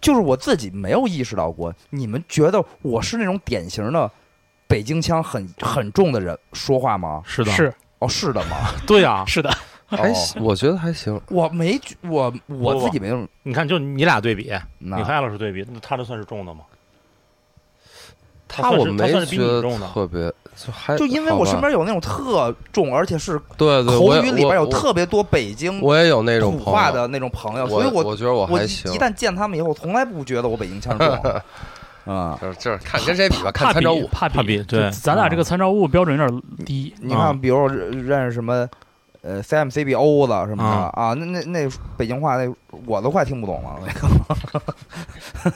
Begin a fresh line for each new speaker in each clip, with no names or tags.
就是我自己没有意识到过，你们觉得我是那种典型的北京腔很很重的人说话吗？
是的，
是
哦，是的吗？
对啊呀，
是的，
还
哦
行我觉得还行。
我没觉我我
不不
自己没有
你看，就你俩对比，
那
你和艾老师对比，那他这算是重的吗？
他
算
我
是
没
他算是比
觉
你
得
重的
特别，就还
就因为
好
我
吧
身边有那种特重，而且是
呃对对，
口
我也
语里边有
我
特别多北京
我也有那种
土
朋
话
友
的那种朋友，
我
所以
我
我
觉得我
我
还
一
行
一。旦见他们以后，从来不觉得我北京腔重。 啊，
就是就是看跟谁比吧，看
怕
参
比
照物。
怕
怕比
就
对
咱俩这个参照物标准有点低，
你
啊
看，比如认识什么。呃，CMCB 欧子什么的
啊
啊，那那那北京话那我都快听不懂了。那个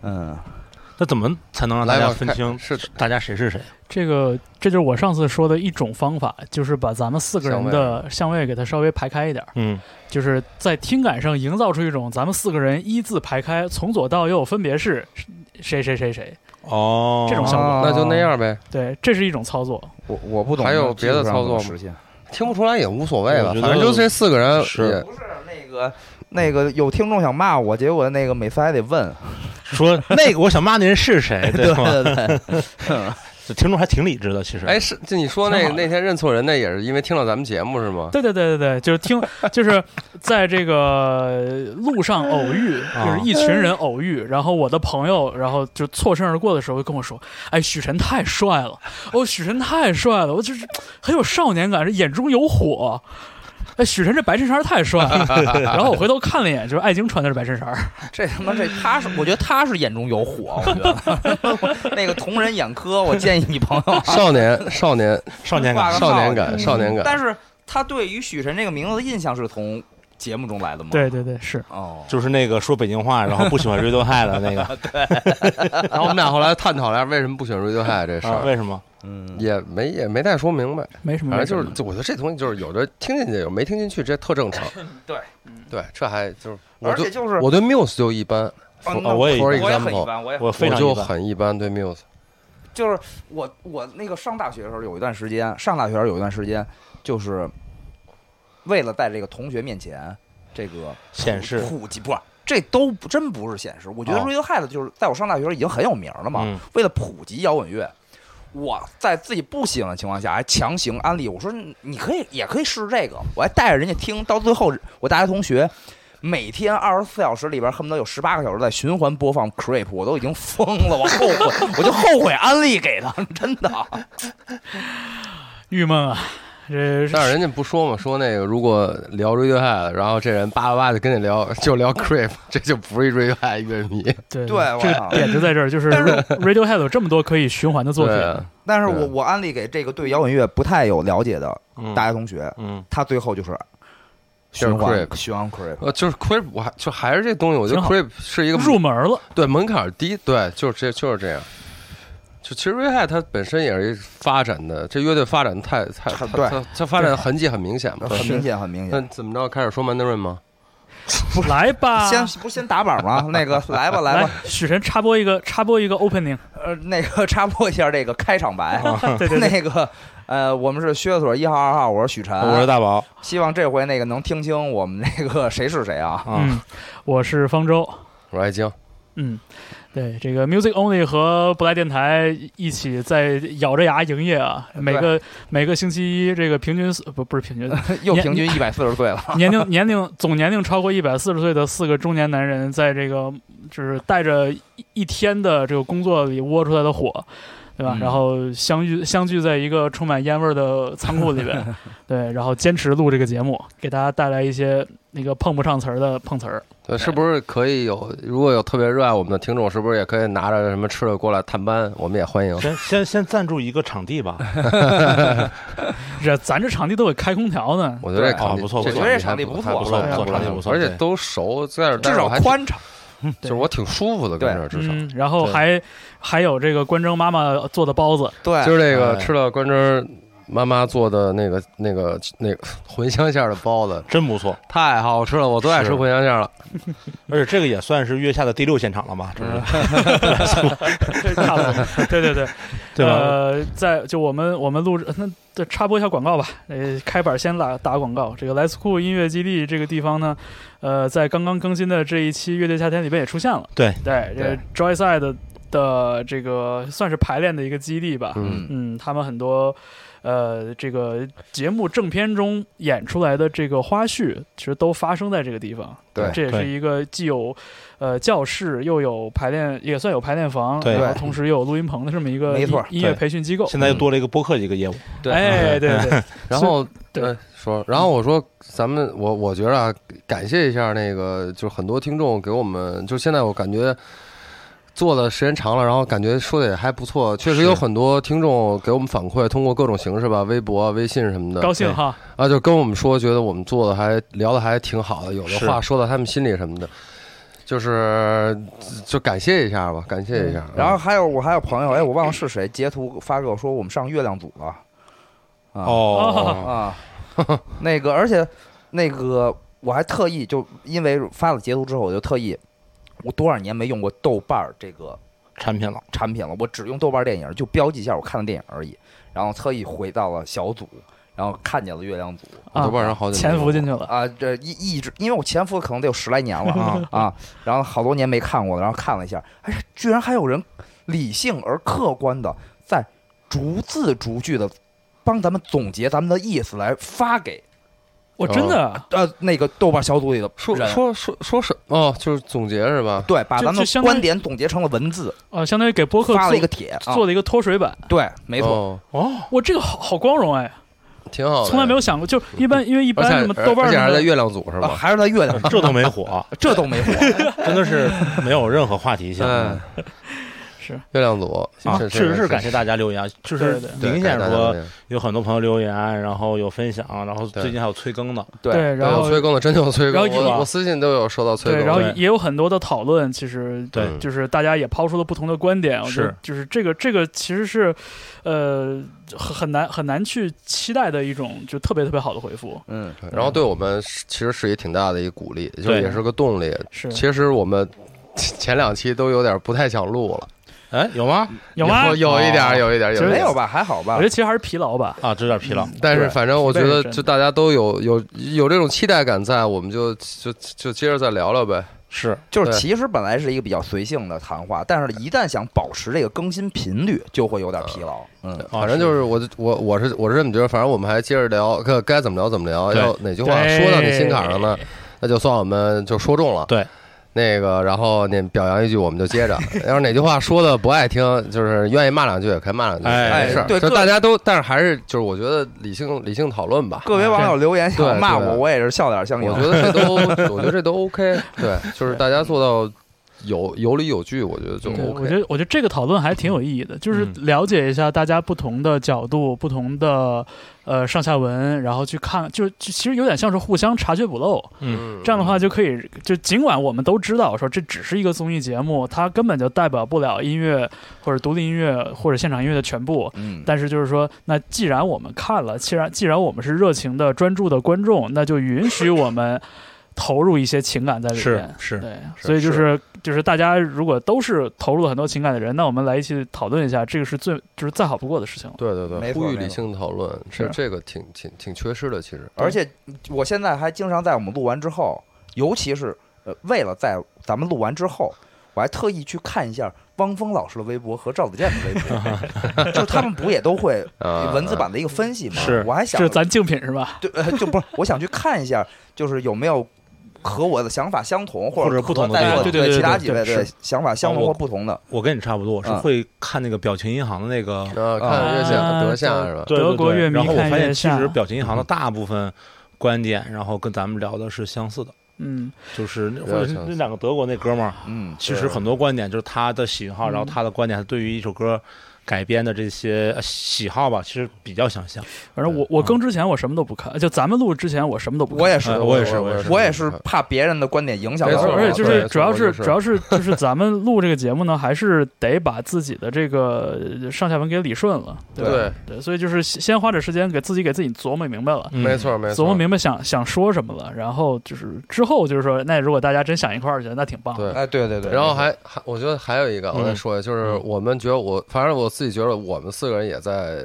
嗯，
那怎么才能让大
来
家
吧，
分
看
清
是的
大家谁是谁？
这个这就是我上次说的一种方法，就是把咱们四个人的相位给它稍微排开一点儿，
嗯，
就是在听感上营造出一种咱们四个人一字排开，从左到右分别是谁谁谁谁。
哦，
这种效果
啊
那就那，样呗，
对，这是一种操作。
我我不懂。
还有
那技
别的
术上
操
怎么
作吗
实现？
听不出来也无所谓了
我，觉得
反正就这四个人
是
也
不是那个那个有听众想骂我，结果那个每次还得 问。
说那个我想骂那人是谁，对吗？
对对，
这听众还挺理智的，其实。
哎，，是就你说那
挺好的
那天认错人，那也是因为听了咱们节目是吗？
对对对对对，就是听，就是在这个路上偶遇，就是一群人偶遇，然后我的朋友，然后就错身而过的时候跟我说：“哎，许晨太帅了，哦，许晨太帅了，我就是很有少年感，这眼中有火。”哎，许晨这白衬衫太帅了，然后我回头看了一眼，就是艾晶穿的是白衬衫，
这他妈这他是，我觉得他是眼中有火，我觉得 那个同人眼科，我建议你朋友
少年，少年，
少年感
挂，
少年感，少年感。
但是他对于许晨这个名字的印象是从节目中来的吗？，
对对对，是。
哦，
就是那个说北京话，然后不喜欢 Radiohead 的 那个
然后我们俩后来探讨了一下为什么不选 Radiohead 这事
啊，
儿，
为什么？
嗯，
也没也没太说明白。
没什么，
反
没
正
什
就是，就我觉得
么
这东西就是有的听进去，有没听进去，这特正常。
对
嗯
嗯
对，这还就是我
而且
对
就是
我对 Muse 就一般，
哦
啊
那
我也
我
一
也
般
很
example
一般，我也很
我非
哎我
常
就
一般
很一般对 Muse。
就是我我那个上大学的时候有一段时间，上大学的时候有一段时间，就是为了在这个同学面前这个
显示
普及不是。啊这都不真不是显示，我觉得
哦
Radiohead 就是在我上大学时候已经很有名了嘛。
嗯
为了普及摇滚乐，我在自己不喜欢的情况下还强行安利，我说你你可以也可以试这个，我还带着人家听到最后，我大学同学每天二十四小时里边恨不得有十八个小时在循环播放 Creep，我都已经疯了，我后 悔，我就后悔安利给他，真的。
郁闷啊，这
但是人家不说嘛，说那个如果聊 Radiohead，然后这人叭叭叭就跟你聊，就聊 Creep，这 就不是 Radiohead 乐迷。
对
对我
这
操
个点就在这儿，就是 Radiohead 有这么多可以循环的作品，
对，
但是我
对
我安利给这个对摇滚乐不太有了解的
嗯
大学同学，
嗯，
他最后就是
就是
循环
Creep
循环 Creep。
呃，就是 Creep，我还就还是这东西，我觉得
挺好
Creep 是一个
入门了。
对门槛低，对，就是这就是这样。就其实 Radiohead 它本身也是一发展的，这乐队发展的太太
很
它
对
它它发展的痕迹很明显嘛。
很
对
明显，很明
那
显。
怎么着开始说 Mandarin 吗？
来吧，
先不是先打板吗？那个来吧，来
来
吧，，
许晨插播一个插播一个 opening，
呃，那个插播一下这个开场白，啊
对对对，
嗯 那个呃，我们是薛所一号、二号，我是许晨，
我是大宝
希望这回那个能听清我们那个谁是谁啊？
啊，
嗯，我是方舟，
我爱京，
嗯，对，这个 Music Only 和不来电台一起在咬着牙营业啊，每个每个星期一，这个平均不不是平均，
又平均一百四十岁了，
年龄年龄总年龄超过一百四十岁的四个中年男人，在这个就是带着一一天的这个工作里窝出来的火，对吧？
嗯
然后相遇相聚在一个充满烟味儿的仓库里边，对，然后坚持录这个节目，给大家带来一些那个碰不上词儿的碰词儿。
对，是不是可以有？如果有特别热爱我们的听众，是不是也可以拿着什么吃的过来探班？我们也欢迎。
先先先赞助一个场地吧，
这咱这场地都得开空调呢，
我觉得这
对
场地
啊不错
这
不错
这
场
场
地
地
还
不错
还不
不错
还
不错
还
场地不错
而且
对
都熟，在这儿待
至
着
少
我还挺
宽敞。
就是我挺舒服的，跟
对
这儿至少。
嗯，然后还还有这个关征妈妈做的包子，
对，
今儿这个
哎
吃了关之儿妈妈做的那个那个那个 茴香馅儿的包子，
真不错。
太好吃了，我最爱吃
是
茴香馅儿了。
而且这个也
嗯
算是月下的第六现场了吧？这是
对差不多，对对对，
对吧？
呃，在就我们我们录制，那这插播一下广告吧。呃，开板先打打广告。这个莱斯库音乐基地这个地方呢，呃，在刚刚更新的这一期《乐队夏天》里边也出现了。
对
对，这个 Joyside 的的这个算是排练的一个基地吧。
嗯，
嗯
嗯，他们很多呃这个节目正片中演出来的这个花絮，其实都发生在这个地方。
对
这也是
对
一个既有呃教室，又有排练，也算有排练房，
对
然后同时又有录音棚的这么一个
没错
音音乐
对
培训机构。
现在又多了一个播客一个业务，
对
哎，对对，
然后
对
呃说，然后我说咱们我我觉得啊，感谢一下那个，就是很多听众给我们，就现在我感觉做的时间长了，然后感觉说的也还不错，确实
是
有很多听众给我们反馈，通过各种形式吧，微博、啊微信什么的
高兴哈，
啊，就跟我们说，觉得我们做的还聊的还挺好的，有的
是
话说到他们心里什么的，就是就感谢一下吧，感谢一
嗯
下。
然后还有我还有朋友，哎，我忘了是谁截图发给我说我们上月亮组了，啊
哦，
啊，那个而且那个我还特意就因为发了截图之后，我就特意我多少年没用过豆瓣儿这个
产品了，
产品了，我只用豆瓣电影，就标记一下我看的电影而已。然后特意回到了小组，然后看见了月亮组
我
啊
豆瓣上好久没
潜伏
有
进去了。
啊，这一一直因为我潜伏可能得有十来年了
啊
啊，然后好多年没看过了，然后看了一下，哎，居然还有人理性而客观的在逐字逐句的帮咱们总结咱们的意思来发给
我真的
呃那个豆瓣小组里的
说
人
说说说什么？哦，就是总结是吧？
对，把
就
咱们
就相
的
当于
观点总结成了文字，
呃，相当于给播客
发
做
了一个帖啊，
做了一个脱水版。
对，没错，
哦，
哦，
哇，这个好好光荣哎，
挺好的，
从来没有想过，就一般因为 一
哦而
般
且
什么豆瓣
而且
儿什
还
么
是在
的
月亮组哦是
啊
吧？
还是在月亮，
这都没火，
这都 没火，
真的是没有任何话题性。
哎，
是
月亮组
啊，
是
确
是
实是感谢大家留言啊，就是
对对
对
明显
感谢大家
说
留言
有很多朋友留言，然后有分享，然后
对
最近还有催更的，
对，
对，
对
然
有
后
催更的，真的有催更，
然后有啊
我我私信都有收到催
对，
更，
然后
对
也有很多的讨论，其实
对
嗯
就是大家也抛出了不同的观点，我觉得
是
就是这个这个其实是，呃，很很难很难去期待的一种就特别特别好的回复，
嗯，
对然后对我们是其实是一挺大的一个鼓励，就
对
也是个动力。
是
其实我们前两期都有点不太想录了，
哎，有吗？
有吗？
有啊有一点
哦
儿，有一点儿，
其实
一
没
点
有
儿。
吧，还好
我
吧
觉得，其实还是疲劳吧，
啊，这有点疲劳，
但是
对
反正我觉
疲惫
得
是，真的
就大家都有有有这种期待感在，我们就就就接着再聊聊呗。
是
就是
对
其实本来是一个比较随性的谈话，但是一旦想保持这个更新频率，就会有点疲劳，嗯，
啊
反正就是我我我是我是这么觉得，反正我们还接着聊，该该怎么聊怎么聊，
对
要哪句话说到你心坎上呢，那就算我们就说中了。
对，
那个然后你表扬一句，我们就接着；要是哪句话说的不爱听，就是愿意骂两句也可以骂两句，
哎
没事儿。
对
就
各
大家都，但是还是就是我觉得理性理性讨论吧。
各位网友留言
对
想骂
对
我，我也是笑点相迎
我觉，得这都， 我觉得这都 OK。对，就是大家做到有有理有据，我觉得就
对，我
嗯 OK。
觉得我觉得这个讨论还挺有意义的，就是
嗯
了解一下大家不同的角度、不同的呃上下文，然后去看，就就其实有点像是互相察觉补漏。
嗯，
这样的话就可以，就尽管我们都知道说这只是一个综艺节目，它根本就代表不了音乐或者独立音乐或者现场音乐的全部。
嗯，
但是就是说，那既然我们看了，既然既然我们是热情的、专注的观众，那就允许我们投入一些情感在里
是
面。
是，
对，
是
所以就是就是大家如果都是投入了很多情感的人，那我们来一起讨论一下，这个是最就是再好不过的事情了。
对对对，
没错
呼吁
没
理
错
性讨论，这
是
这个挺挺挺缺失的，其实。
而且我现在还经常在我们录完之后，尤其是呃，为了在咱们录完之后，我还特意去看一下汪峰老师的微博和赵子健的微博，就是他们不也都会
啊，
哎文字版的一个分析嘛？
是
我还想
这是咱竞品是吧？
对，呃就不是我想去看一下，就是有没有和我的想法相同，或
或者
和
不同的
在
地
座
方
的
对对对
其他
对
几位
对
的
是
想法相同
啊
或
我
不同的。
我跟你差不多，我是
嗯
会看那个表情银行的那个，
啊，看月下
啊
德下是吧？
对
德国乐迷
然后我
看
发
月
现其
下
实表情银行的大部分观点，然后跟咱们聊的是相似的，
嗯，
就是那
有
或者
点
是
相似
那两个德国那哥们儿，
嗯，
其实很多观点就是他的喜好，
嗯
然后他的观点对于一首歌改编的这些呃喜好吧，其实比较相像。
反正我我更之前我什么都不看，就咱们录之前我什么都不看。
啊我也是
哎，
我
我也是
我
我也
是
我也是怕别人的观点影响
没
到
错
我。
而且就
对
是
没错
主要
我
是
就是
主要是就是咱们录这个节目呢，还是得把自己的这个呃上下文给理顺了，对吧？
对，
对，所以就是先先花点时间给自己给自己琢磨明白了。
嗯
没，错没
琢磨
错。
明白想想说什么了，然后就是之后就是说，那如果大家真想一块儿去，那挺棒的。
对，
哎，对对对，
嗯
然后还还，我觉得还有一个，我再说一下，就是我们觉得我，反正我自己觉得我们四个人也在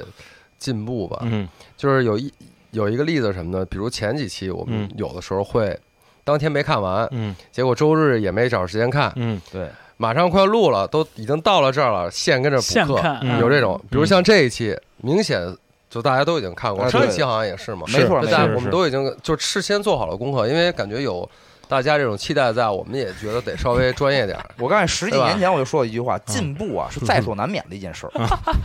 进步吧。
嗯
就是有一有一个例子什么呢？比如前几期我们
嗯
有的时候会当天没看完，
嗯
结果周日也没找时间看，
嗯
对，
马上快要录了，都已经到了这儿了，现跟着
现
补课。
看、啊
嗯
有这种，比如像这一期，明显就大家都已经看过，
啊
上一
对
期好像也是嘛，
没错
就
没
大家
错
是
我们都已经就事先做好了功课，因为感觉有大家这种期待在，我们也觉得得稍微专业点 儿。
我告诉你，十几
对吧
年前我就说过一句话：
嗯
进步 啊是在所难免的一件事儿。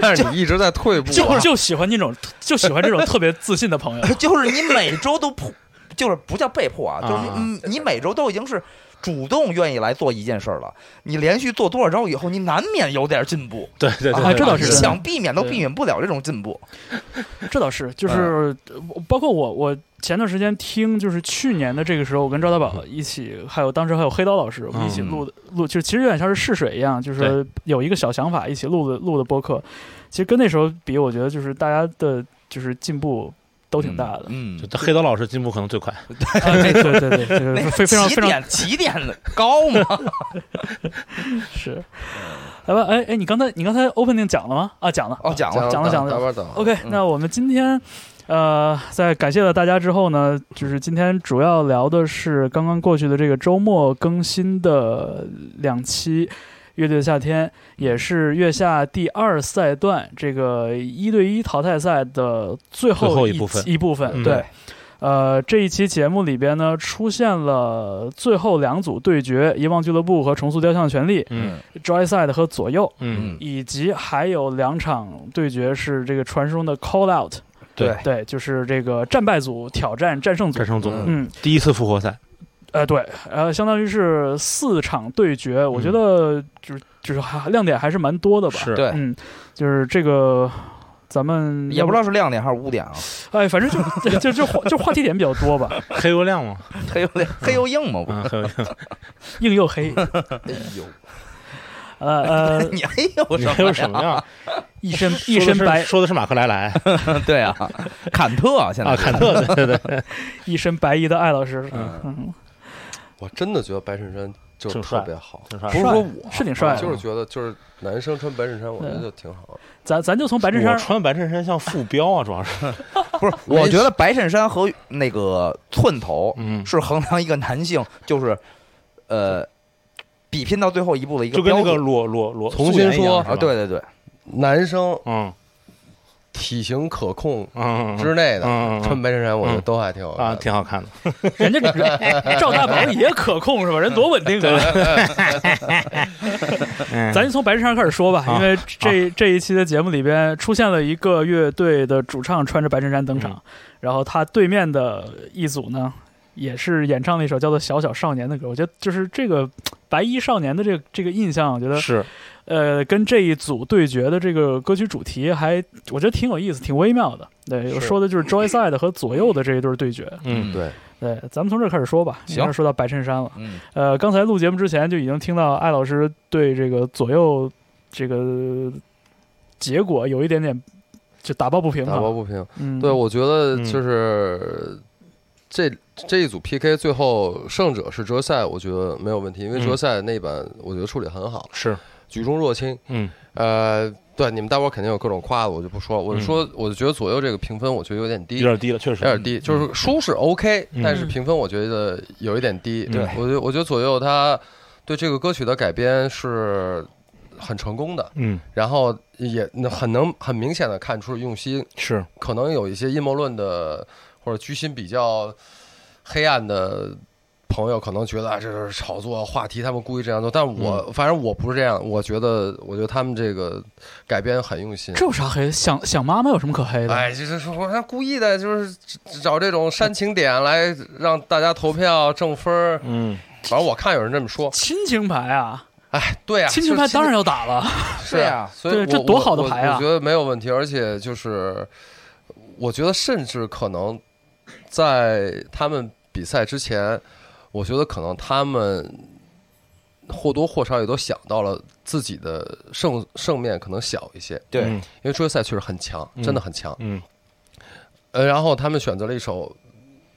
但是你一直在退步、
就
啊，
就喜欢那种，就喜欢这种特别自信的朋友。
就是你每周都迫，就是不叫被迫啊，
啊
就是你嗯你每周都已经是主动愿意来做一件事儿了。你连续做多少周以后，你难免有点进步，
对对对，
啊
哎这倒是
你
真的
想避免都避免不了这种进步。
这倒是，就是呃包括我，我前段时间听，就是去年的这个时候，我跟赵大
嗯
宝一起，还有当时还有黑刀老师，我们一起录的录，就其实有点像是试水一样，就是有一个小想法一起录的录的播客。其实跟那时候比，我觉得就是大家的就是进步都挺大的。
嗯，
就黑刀老师进步可能最快，
啊对对对对，就是
那
非非常
起
非常
点起点高嘛，
是。来吧，哎哎，你刚才你刚才 opening 讲了吗？啊，讲了。
哦，讲了，
讲了讲了
等会儿等会儿
OK，
嗯
那我们今天，呃，在感谢了大家之后呢，就是今天主要聊的是刚刚过去的这个周末更新的两期《乐队的夏天》，也是月下第二赛段这个一对一淘汰赛的最后
最后
一
一部分
一部分，
嗯
对。呃，这一期节目里边呢，出现了最后两组对决：遗忘俱乐部和重塑雕像权力
嗯
（Joyside） 和左右。
嗯，
以及还有两场对决是这个传说中的 call out，
对
对，
对，就是这个战败组挑战战胜组
战。胜总
嗯
嗯，
第一次复活赛，
呃，对，呃，相当于是四场对决，
嗯
我觉得就是就是还亮点还是蛮多的吧。
是
对
嗯，就是这个咱们
也不知道是亮点还是污点啊，
道，哎，反正就 就就就话就话题点比较 多吧，
黑油亮嘛，
黑又亮黑又硬嘛，不是？
嗯，黑油亮，
硬又黑，
哎呦，
呃呃，
你哎呦
嗯你还有什
么
么
呀？
呀？
一身一
说
身
的
白
是说的是马克莱莱
对啊，坎特啊现在
啊，坎特，对对对，
一身白衣的艾老师，
嗯
嗯，
我真的觉得白衬衫就
挺
特
帅
别好，
挺
不
帅
是说我啊
是挺帅的嗯
就是觉得就是男生穿白衬衫，我觉得
对
就挺好的。
咱咱就从白衬衫
我穿白衬衫像副标啊，主要是，
不是？ 我觉得白衬衫和那个寸头
嗯，
是衡量一个男性就是呃比拼到最后一步的一个
就跟那
标
个
准
裸裸裸，
重
素
新
颜一样
说
是吧
啊，对，对对，
男生
嗯
体型可控
嗯，
之内
嗯
的
嗯嗯
穿白衬衫，我觉得都还挺好
啊，
看的。
挺好看的，
人家赵大宝也可控是吧？人多稳定啊！
嗯
咱就从白衬衫开始说吧，
啊
因为这这一期的节目里边出现了一个乐队的主唱穿着白衬衫登场，然后他对面的一组呢，也是演唱了一首叫做《小小少年》的歌。我觉得就是这个白衣少年的这个这个印象，我觉得
是
呃，跟这一组对决的这个歌曲主题还我觉得挺有意思，挺微妙的。对，我
是
说的就是 Joyside 和左右的这一对对决。
嗯
对，
对，咱们从这儿开始说吧，
行
应该说到白衬衫了。
嗯，
呃，刚才录节目之前就已经听到艾老师对这个左右这个结果有一点点就打抱不平
打抱
吧。
不平。
嗯，
对，我觉得
嗯
就是这这一组 PK 最后胜者是哲赛，我觉得没有问题，因为
嗯
哲赛那一版我觉得处理很好，
是，
举重若轻。
嗯
呃，对，你们待会儿肯定有各种夸的，我就不说了。我就
嗯
说，我就觉得左右这个评分，我觉得有点低，
有点低了，确实
有点低，就是输是 OK，、
嗯
但是评分我觉得有一点低。
对
我觉得我觉得左右他对这个歌曲的改编是很成功的，
嗯
然后也很能很明显的看出用心，
是
可能有一些阴谋论的或者居心比较黑暗的朋友，可能觉得啊这是炒作话题，他们故意这样做。但我、
嗯
反正我不是这样，我觉得我觉得他们这个改编很用心。
这有啥黑？想想妈妈有什么可黑的？
哎，就是说，我他故意的，就是找这种煽情点来让大家投票挣分儿。
嗯
反正我看有人这么说，
亲情牌啊，
哎，对呀、啊，
亲情牌当然要打了。
是
对啊
所以
对这
我
多
我
好的
我
牌啊
我觉得没有问题，而且就是，我觉得甚至可能在他们比赛之前，我觉得可能他们或多或少也都想到了自己的胜胜面可能小一些，
对，
嗯
因为追赛确实很强，
嗯
真的很强。
嗯
呃，然后他们选择了一首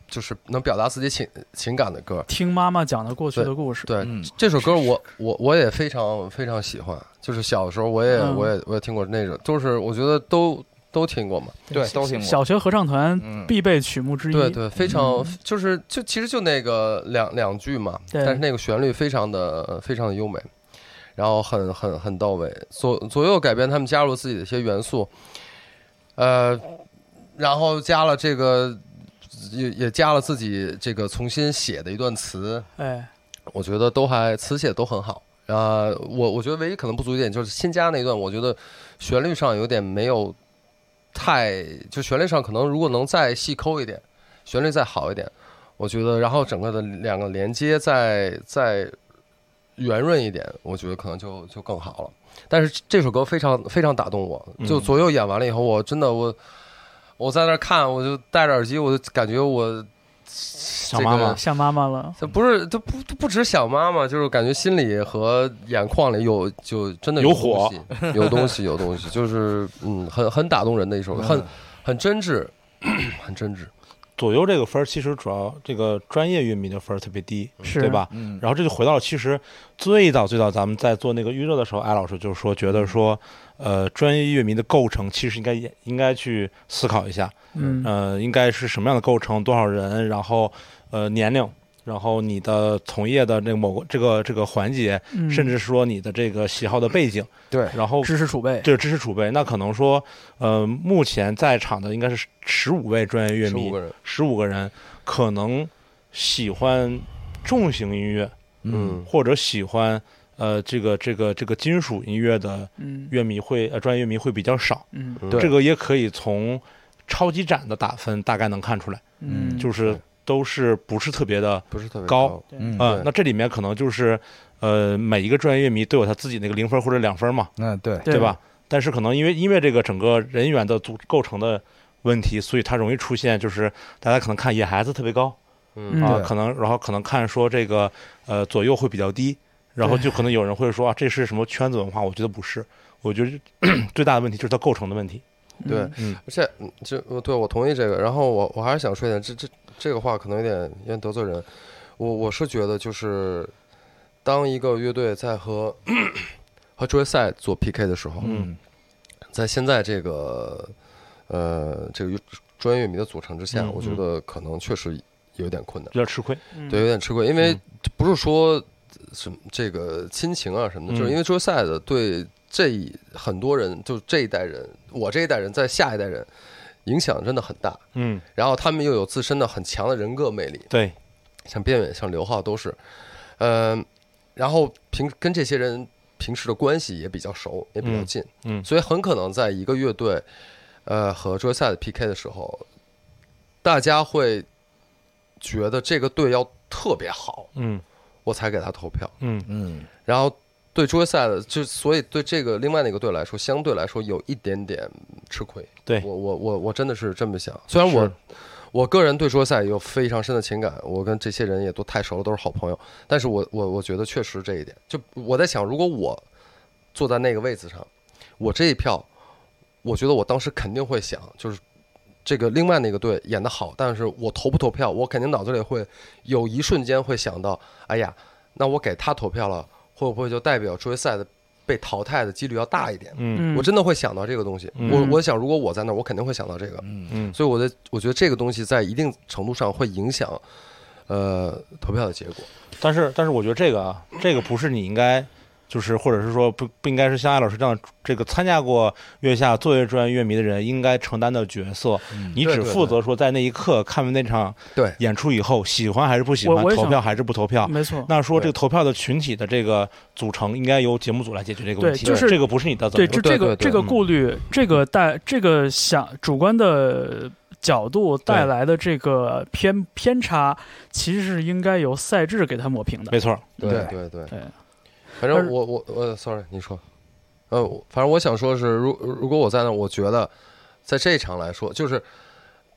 就是能表达自己情情感的歌。
听妈妈讲的过去的故事，
对，
嗯
这首歌我我我也非常非常喜欢，就是小的时候我也、
嗯
我也我也听过那种，都是我觉得都都听过嘛。
对都听过
小学合唱团
嗯
必备曲目之一，
对对，非常、
嗯
就是就其实就那个两两句嘛，
对
但是那个旋律非常的非常的优美，然后很很很到位，左左右改编他们加入自己的一些元素，呃，然后加了这个也也加了自己这个重新写的一段词，
哎，
我觉得都还词写得都很好。啊、我我觉得唯一可能不足一点就是新加那段，我觉得旋律上有点没有太，就旋律上可能如果能再细抠一点，旋律再好一点，我觉得，然后整个的两个连接再再圆润一点，我觉得可能就就更好了。但是这首歌非常非常打动我，就左右演完了以后，我真的我我在那儿看，我就戴着耳机，我就感觉我
想妈妈，
像妈妈了，
这不是，这不这不只想妈妈，就是感觉心里和眼眶里有就真的
有
东西，有东西，有东西，就是嗯，很很打动人的一首歌，
嗯
很很真挚， 很真挚。
左右这个分儿其实主要这个专业乐迷的分儿特别低，
是
对吧？？
嗯，
然后这就回到了其实最早最早咱们在做那个预热的时候，艾老师就说觉得说，呃，专业乐迷的构成其实应该也应该去思考一下，
嗯，
呃，应该是什么样的构成，多少人，然后呃年龄，然后你的从业的那个某个这个这个环节，
嗯
甚至说你的这个喜好的背景，
对，
然后
知识储备，
这个知识储备，那可能说，呃，目前在场的应该是十五位专业乐
十
迷
五，个人，
十五个人可能喜欢重型音乐。
嗯
或者喜欢呃这个这个这个金属音乐的
嗯
乐迷会呃专业乐迷会比较少，
嗯
对
这个也可以从超级展的打分大概能看出来，
嗯，
就是都是不是特别的
不是特别
高
高，
嗯
呃，
对
那这里面可能就是呃每一个专业乐迷都有他自己那个零分或者两分嘛，
那对，
对
吧？？但是可能因为因为这个整个人员的组构成的问题，所以它容易出现就是大家可能看野孩子特别高，
嗯
啊，
对
可能然后可能看说这个呃左右会比较低，然后就可能有人会说啊这是什么圈子文化？我觉得不是，我觉得 最大的问题就是它构成的问题。
对
嗯
嗯，
而且嗯这呃对我同意这个，然后我我还是想说一点，这这这个话可能有点有点得罪人，我我是觉得就是当一个乐队在和 和职业赛做 PK 的时候，
嗯
在现在这个呃这个乐专业乐迷的组成之下，
嗯
我觉得可能确实有点困难，
比较吃亏。
嗯
对，有点吃亏，因为
嗯
不是说呃什么这个亲情啊什么的，
嗯
就是因为周赛的对这一很多人，就这一代人，我这一代人在下一代人影响真的很大，
嗯，
然后他们又有自身的很强的人格魅力，
对，
像边远、像刘浩都是，嗯、然后平跟这些人平时的关系也比较熟，也比较
嗯
近，
嗯
所以很可能在一个乐队，呃和桌赛的 PK 的时候，大家会觉得这个队要特别好，
嗯
我才给他投票，
嗯
嗯
然后。对桌赛的，就所以对这个另外那个队来说，相对来说有一点点吃亏。
对
我我我我真的是这么想。虽然我我个人对桌赛有非常深的情感，我跟这些人也都太熟了，都是好朋友。但是我我我觉得确实这一点，就我在想，如果我坐在那个位子上，我这一票，我觉得我当时肯定会想，就是这个另外那个队演得好，但是我投不投票，我肯定脑子里会有一瞬间会想到，哎呀，那我给他投票了，会不会就代表桌赛的被淘汰的几率要大一点？
嗯
嗯，
我真的会想到这个东西。
嗯
我我想，如果我在那儿，我肯定会想到这个。
嗯
嗯
所以我的我觉得这个东西在一定程度上会影响，呃，投票的结果。
但是但是我觉得这个啊，这个不是你应该。就是，或者是说不不应该是像艾老师这样，这个参加过月下作为专业乐迷的人应该承担的角色，
嗯
你
对
只
对
负
对
责说在那一刻看完那场
对
演出以后，喜欢还是不喜
我
欢，
我也
投
想
票还是不投票，
没错，
啊那说
对
这个投票的群体的这个组成应该由节目组来解决这个问题，
对就是
这个不是你的责
对，
任。
这
对
这
对
个
对
这个
嗯
顾虑，这个带这个想主观的角度带来的这个偏偏差，其实是应该由赛制给它抹平的。
没错，
对
对对
对
反
但
正
是
我我我，sorry，你说，呃，我反正我想说的是，如如果我在那儿，我觉得在这一场来说，就是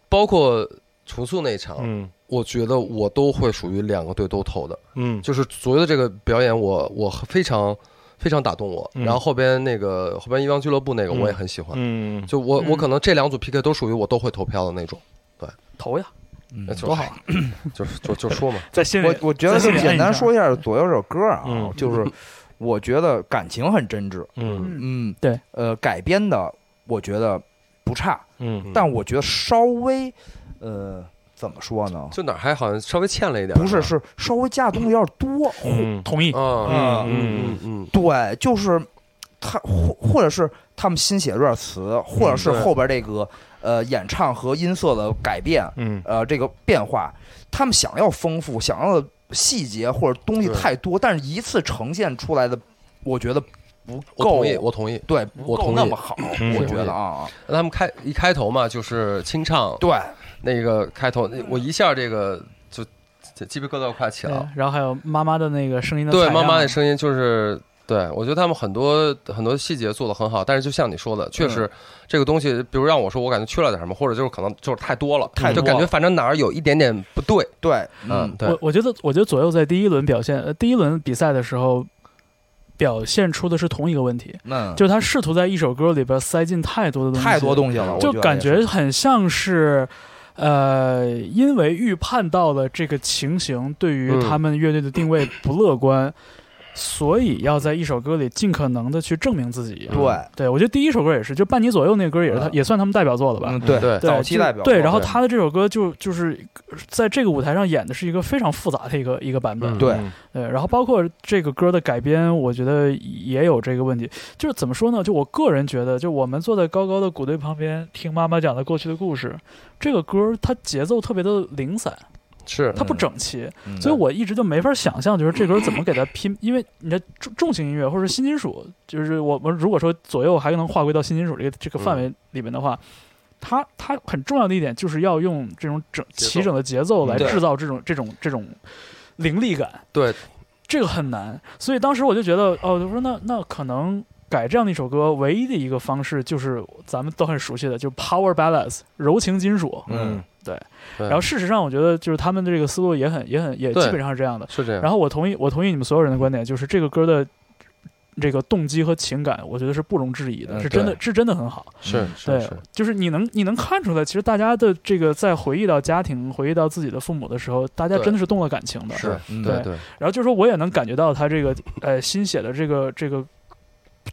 包括重塑那一场，
嗯
我觉得我都会属于两个队都投的，
嗯
就是所有的这个表演我，我非常非常打动我。
嗯
然后后边那个后边一汪俱乐部那个
嗯
我也很喜欢，
嗯，
就我
嗯
我可能这两组 PK 都属于我都会投票的那种。
投呀，
嗯
那就
多好，
就就就说嘛，
在心里
我我觉得
在
就
心里按
简
一
单
下
说一下左右这首歌啊，
嗯
就是我觉得感情很真挚，
嗯
嗯，
对，
呃，改编的我觉得不差，
嗯
但我觉得稍微，呃，怎么说呢？
就哪儿还好像稍微欠了一点儿，
不是，是稍微加的东西有点多，
嗯
同意，
嗯
嗯
嗯嗯
对，就是他或或者是他们新写的这段词，或者是
嗯对
后边这个呃演唱和音色的改变，
嗯
呃这个变化，他们想要丰富，想要的细节或者东西
对
太多，但是一次呈现出来的，我觉得不
我
够
同。意，我同意。
对，
我
不
同
够
意
那么好，
嗯
我觉得啊，
那他们开一开头嘛，就是清唱
对，
那个开头，那我一下这个就这鸡皮疙瘩快起来了
对。然后还有妈妈的那个声音的
对，
采
妈妈
样啊
的声音就是，对我觉得他们很多很多细节做的很好，但是就像你说的，确实这个东西，比如让我说，我感觉缺了点什么，或者就是可能就是太多了，
太
就
多
感觉
了
反正哪儿有一点点不对，
对，
嗯，，对
我，我觉得，我觉得左右在第一轮表现，呃，第一轮比赛的时候，表现出的是同一个问题，
那
就是他试图在一首歌里边塞进太多的东西，
太多东西了，我
就
得
感
也
觉
是
很像是，呃，因为预判到了这个情形对于
嗯
他们乐队的定位不乐观，所以要在一首歌里尽可能的去证明自己。啊
对，
对，我觉得第一首歌也是，就半你左右那个歌也是他、
嗯
也算他们代表作了吧。
嗯，对
对
对
早期
就
代表
对，
作
然后
对
他的这首歌就就是在这个舞台上演的是一个非常复杂的一个一个版本，
嗯
对
对，呃然后包括这个歌的改编，我觉得也有这个问题，就是怎么说呢？就我个人觉得，就我们坐在高高的鼓堆旁边听妈妈讲的过去的故事，这个歌它节奏特别的零散，
是
它不整齐，
嗯
所以我一直就没法想象，就是这歌怎么给它拼，因为你的重重型音乐或者新金属，就是我们如果说左右还能划归到新金属这个这个范围里面的话，它它很重要的一点就是要用这种整
节奏
齐整的节奏来
对
制造这种这种这种凌厉感，
对，
这个很难。所以当时我就觉得，哦，我说那那可能。改这样的一首歌，唯一的一个方式就是咱们都很熟悉的，就是 power ballads 柔情金属。
嗯
对
然后事实上，我觉得就是他们的这个思路也很、也很、也基
对
本上是这样的。
是这样，
然后我同意，我同意你们所有人的观点，就是这个歌的这个动机和情感，我觉得是不容置疑的，
嗯
是真的，是真的很好。
是是
对
是，，
就是你能你能看出来，其实大家的这个在回忆到家庭、回忆到自己的父母的时候，大家
对
真的是动了感情的。
是嗯
对对，
然后就是说我也能感觉到他这个呃新写的这个这个。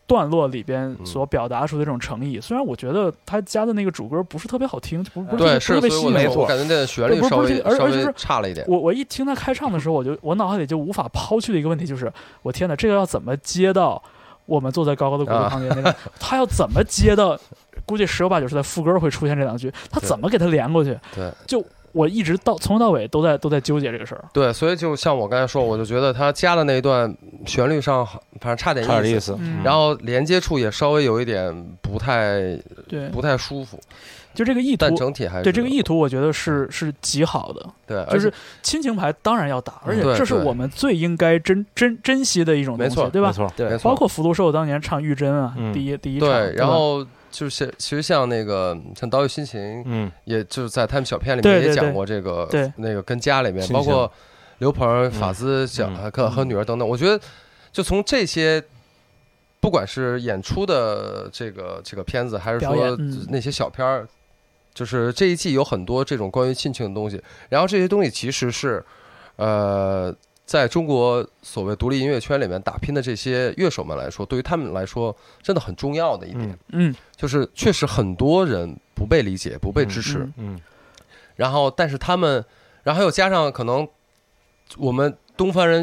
段落里边
嗯
所表达出的这种诚意，虽然我觉得他加的那个主歌不是特别好听，不不是
对，是，所
特别特别
以
吸
我
引
没
那
错
我感觉那旋律
不是
稍
不是
微
而
稍
而且
微
是
差了一点，
我我一听他开唱的时候，我就我脑海里就无法抛去的一个问题就是，我天哪，这个要怎么接到我们坐在高高的鼓楼旁边 那个？他要怎么接到？估计十有八九是在副歌会出现这两句，他怎么给他连过去？
对，
就我一直到从头到尾都在都在纠结这个事儿。
对，所以就像我刚才说，我就觉得他加的那一段旋律上，反正差点
差点
意
意
思。
思，
嗯
然后连接处也稍微有一点不太
对，
不太舒服，
就这个意图
但，整体还是
对这个意图，我觉得是是极好的。
对，而
就
且嗯
是亲情牌当然要打，而且
对
这是
对
我们最应该珍珍珍惜的一种东
没
西
错，
对
没
吧？
错，
对
没
包
错，
括福禄寿当年唱《玉珍》啊，
嗯
第一第一场，
对，然
吧
后就是其实像那个像岛屿心情，
嗯
也就是在他们小片里
对
面
对
也
对
讲过这个，
对
那个跟家里面，
心
包
情
括刘鹏、法兹讲
嗯
和和女儿等等，我觉得就从这些。不管是演出的这个这个片子，还是
表演
说
嗯
那些小片儿，就是这一季有很多这种关于亲情的东西。然后这些东西其实是，呃，在中国所谓独立音乐圈里面打拼的这些乐手们来说，对于他们来说真的很重要的一点，
嗯
嗯
就是确实很多人不被理解、不被支持。
嗯
嗯
然后，但是他们，然后又加上可能我们东方人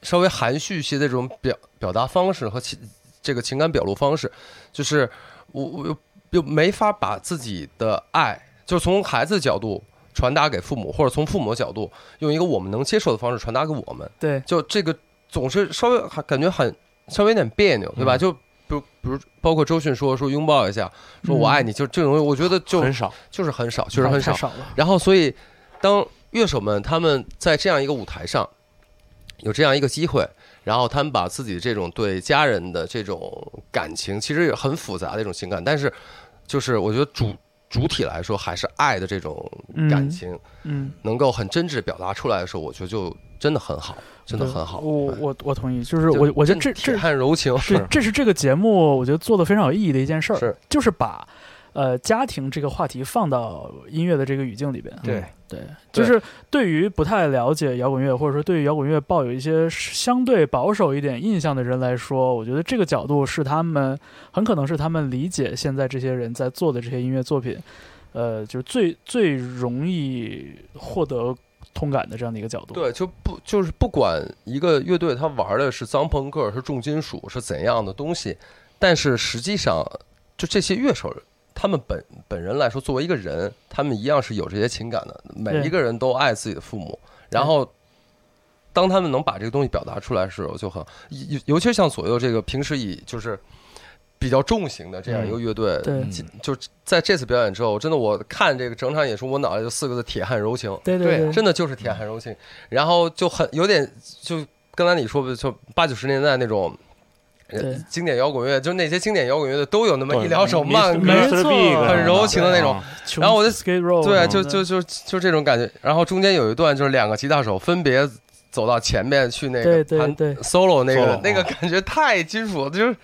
稍微含蓄一些的这种表表达方式和情这个情感表露方式，就是我我又又没法把自己的爱，就是从孩子角度传达给父母，或者从父母的角度用一个我们能接受的方式传达给我们，
对。
就这个总是稍微还感觉很稍微有点别扭，对吧？
嗯
就。比如，比如，包括周迅说说拥抱一下，说我爱你，就这种东西，我觉得就
很少，
就是很少，确实
太
很
太
少。
少了。
然后，所以当乐手们他们在这样一个舞台上有这样一个机会，然后他们把自己这种对家人的这种感情，其实也很复杂的一种情感，但是就是我觉得主主体来说还是爱的这种感情，
嗯，
能够很真挚地表达出来的时候，我觉得就真的很好，真的很好。
我
对
我我同意，就是
就
我我觉得
真
这
铁
这
汉柔情
对，这是这个节目我觉得做的非常有意义的一件事儿，
是
就是把呃家庭这个话题放到音乐的这个语境里边。
对
对，就是对于不太了解摇滚乐，或者说对于摇滚乐抱有一些相对保守一点印象的人来说，我觉得这个角度是他们很可能是他们理解现在这些人在做的这些音乐作品，呃，就是最最容易获得通感的这样的一个角度。
对，就不就是不管一个乐队他玩的是脏朋克、是重金属、是怎样的东西，但是实际上，就这些乐手他们本本人来说，作为一个人，他们一样是有这些情感的。每一个人都爱自己的父母，然后当他们能把这个东西表达出来的时候，就很尤尤其是像左右这个平时以就是比较重型的这样一个乐队，
对
嗯
就在这次表演之后，真的我看这个整场演出，我脑袋就四个字：铁汉柔情。
对
对
对
真的就是铁汉柔情，然后就很有点就刚才你说的，就八九十年代那种。呃
对
经典摇滚乐，就那些经典摇滚乐的都有那么
对
一两首慢歌，
没错
很柔情的那
啊
种。
穷
然后我就
skate roll，
对，啊就就就就这种感觉。然后中间有一段就是两个吉他手分别走到前面去那
对
个
对
弹
对
solo 那
solo，
个
嗯
那个感觉太金属了，就是，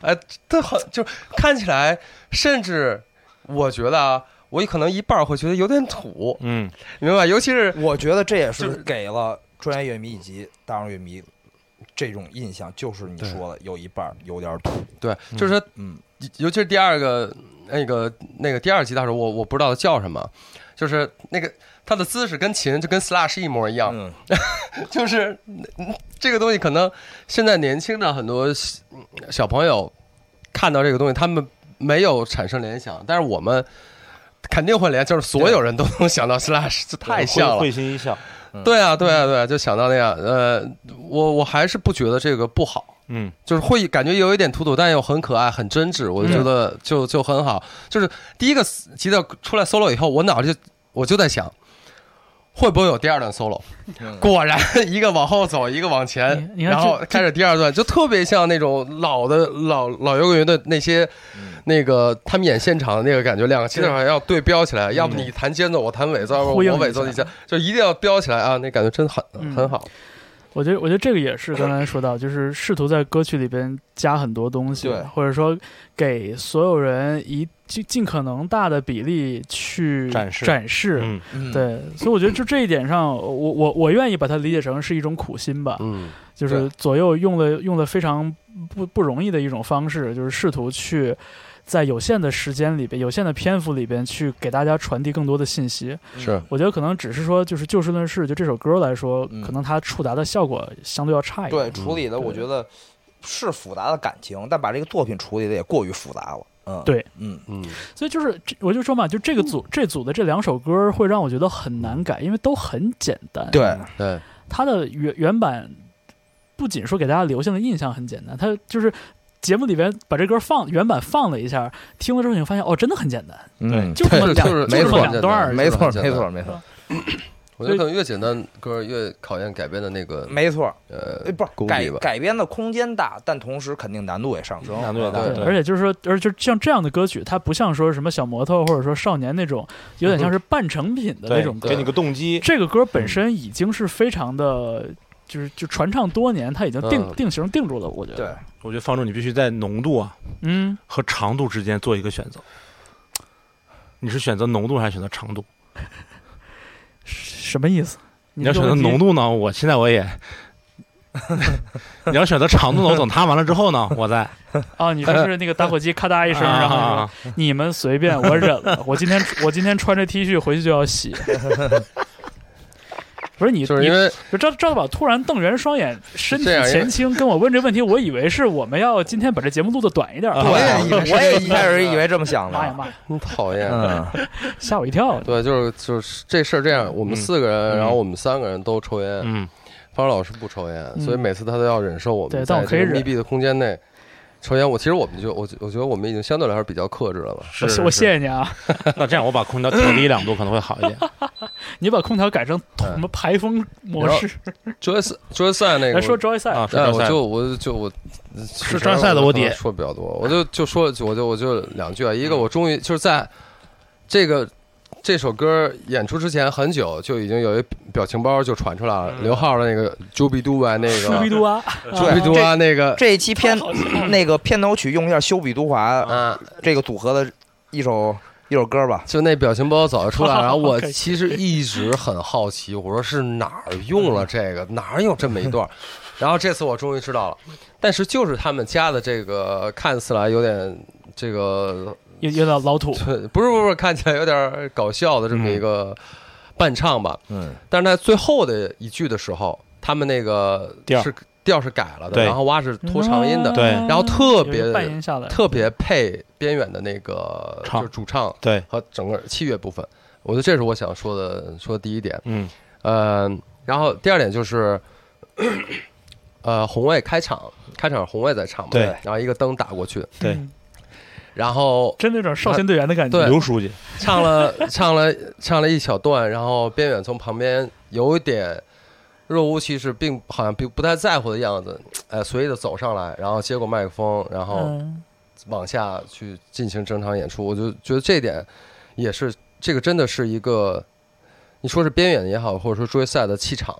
呃，它很就看起来，甚至我觉得啊，我可能一半儿会觉得有点土，
嗯，
明白？尤其是
我觉得这也是
就是
给了专业乐迷以及大众乐迷这种印象，就是你
对
说的有一半儿有点土，
对，就是它
嗯，
尤其是第二个那个那个第二吉他手，我我不知道他叫什么，就是那个他的姿势跟琴就跟 Slash 一模一样，
嗯，
就是嗯这个东西可能现在年轻的很多小小朋友看到这个东西，他们没有产生联想，但是我们肯定会联，就是所有人都能想到 Slash，这太像了，
会心一笑。
对啊，对啊，对啊，就想到那样，呃，我我还是不觉得这个不好。
嗯，
就是会感觉有一点土土，但又很可爱、很真
嗯
挚，我就觉得就就很好。就是第一个吉他出来 solo 以后，我脑子就我就在想，会不会有第二段 solo？
嗯
果然，一个往后走，一个往前，
你你看
然后
这
开始第二段，就特别像那种老的老老摇滚乐的那些
嗯
那个他们演现场的那个感觉，两个吉他手要对标起来，要不你弹尖奏，我弹尾奏，要不
嗯呼应
我尾奏
一
你
下
下，就一定要标起来啊！那感觉真很
嗯
很好。
我觉得，我觉得这个也是刚才说到，就是试图在歌曲里边加很多东西
对，
或者说给所有人一尽尽可能大的比例去
展示
展示。
嗯，
嗯，
对，所以我觉得就这一点上，我我我愿意把它理解成是一种苦心吧，
嗯，
就是
对
左右用了用了非常不不容易的一种方式，就是试图去在有限的时间里边、有限的篇幅里边去给大家传递更多的信息。
是
我觉得可能只是说，就是就事论事，就这首歌来说，
嗯
可能它触达的效果相对要差一
对，
点。
处理的我
对
觉得是复杂的感情，但把这个作品处理的也过于复杂了。嗯，
对，
嗯，
嗯，
所以就是这我就说嘛，就这个组这组的这两首歌会让我觉得很难改，因为都很简单。，
对，
对，
它的原原版不仅说给大家留下的印象很简单，它就是。节目里边把这歌放原版放了一下，听了之后你会发现哦，真的很简单，
嗯，
就这么
是
两，
就是
就这
没
么
错
两段儿而已，
没错，
就
没
是很简
错，
单
没错，
我觉得可能越简单歌越考验改编的那个
嗯没错。
呃
哎，不是
功
改
底吧
改编的空间大，但同时肯定难度也上升，啊
难度也大
对
对，而且就是说，而且就像这样的歌曲，它不像说什么小摩托或者说少年那种，有
嗯
点像是半成品的那
对
种，歌
给。你个动机。
这个歌本身已经是非常的，就是就传唱多年，它已经定
嗯
定型定住了，我觉
对
得。，
我觉得方舟，你必须在浓度啊
嗯，
和长度之间做一个选择。你是选择浓度还是选择长度？
什么意思？
你要选择浓
度，
度呢，我现在我 也；你要选择长度呢，我等它完了之后呢，我再。
啊，你说是那个打火机咔嗒一声，然 后
啊
你说你们随便，我忍了。我今天我今天穿着 T 恤回去就要洗。 不是你，
就是因
你
为
就赵赵大宝突然瞪圆双眼，身体
这样因为
前倾，跟我问这问题，我以为是我们要今天把这节目录的短一点。
啊
我
对
也以为我也一开始以为这么想
妈呀
的，
妈呀，
很讨厌。
嗯，
吓我一跳！
对，就是就是这事儿这样，我们四个人，
嗯
然后我们三个人都抽烟，
嗯，
方老师不抽烟，
嗯
所以每次他都要忍受我
对
们
但
在
我可以
这个密
忍
闭的空间内抽烟。我其实我们就我我觉得我们已经相对来说比较克制了吧。
是
我
是
我谢
是
谢你啊，
那这样，我把空调调低两度可能会好一 点。
你把空调改成
嗯
什么排风模式？
Joyce Joyce 赛那个
来说
我。
Joy 赛
啊，
哎，
张
我
赛
就我就我
是张赛的
我
我
可
底
能说比较多，我就就说我就我就两句啊，一个我终于就是在这个这首歌演出之前很久就已经有一表情包就传出来了，刘浩的那个 Jubi Do 啊那个
舒比杜啊，
Jubi Do 啊那个
这一期片那个片头曲用一下修比都华
啊
这个组合的一首一首歌吧。
就那表情包早就出来了，然后我
可以
其实一直很好奇，我说是哪儿用了这个，哪儿有这么一段儿？然后这次我终于知道了，但是就是他们家的这个看起来有点这个，
有有点老土，
不是不是不是，看起来有点搞笑的这么一个伴唱吧。
嗯，
但是在最后的一句的时候，他们那个
调
是调是改了的，
对
然后蛙是拖长音
哦
的，
对
然后特别
有一个半音下来，
特别配边远的那个
唱
就是主唱
对，
和整个器乐部分。我觉得这是我想说的，说的第一点。
嗯
呃，然后第二点就是，呃，红卫开场，开场是红卫在唱嘛，
对
然后一个灯打过去，
对
嗯
然后
真的有点少先队员的感觉。
啊对
刘书记，
唱了唱了唱了一小段，然后边远从旁边有一点若无其事，并好像并不太在乎的样子，哎，随意的走上来，然后接过麦克风，然后
嗯，
往下去进行整场演出。我就觉得这点也是这个真的是一个，你说是边缘也好，或者说追赛的气场，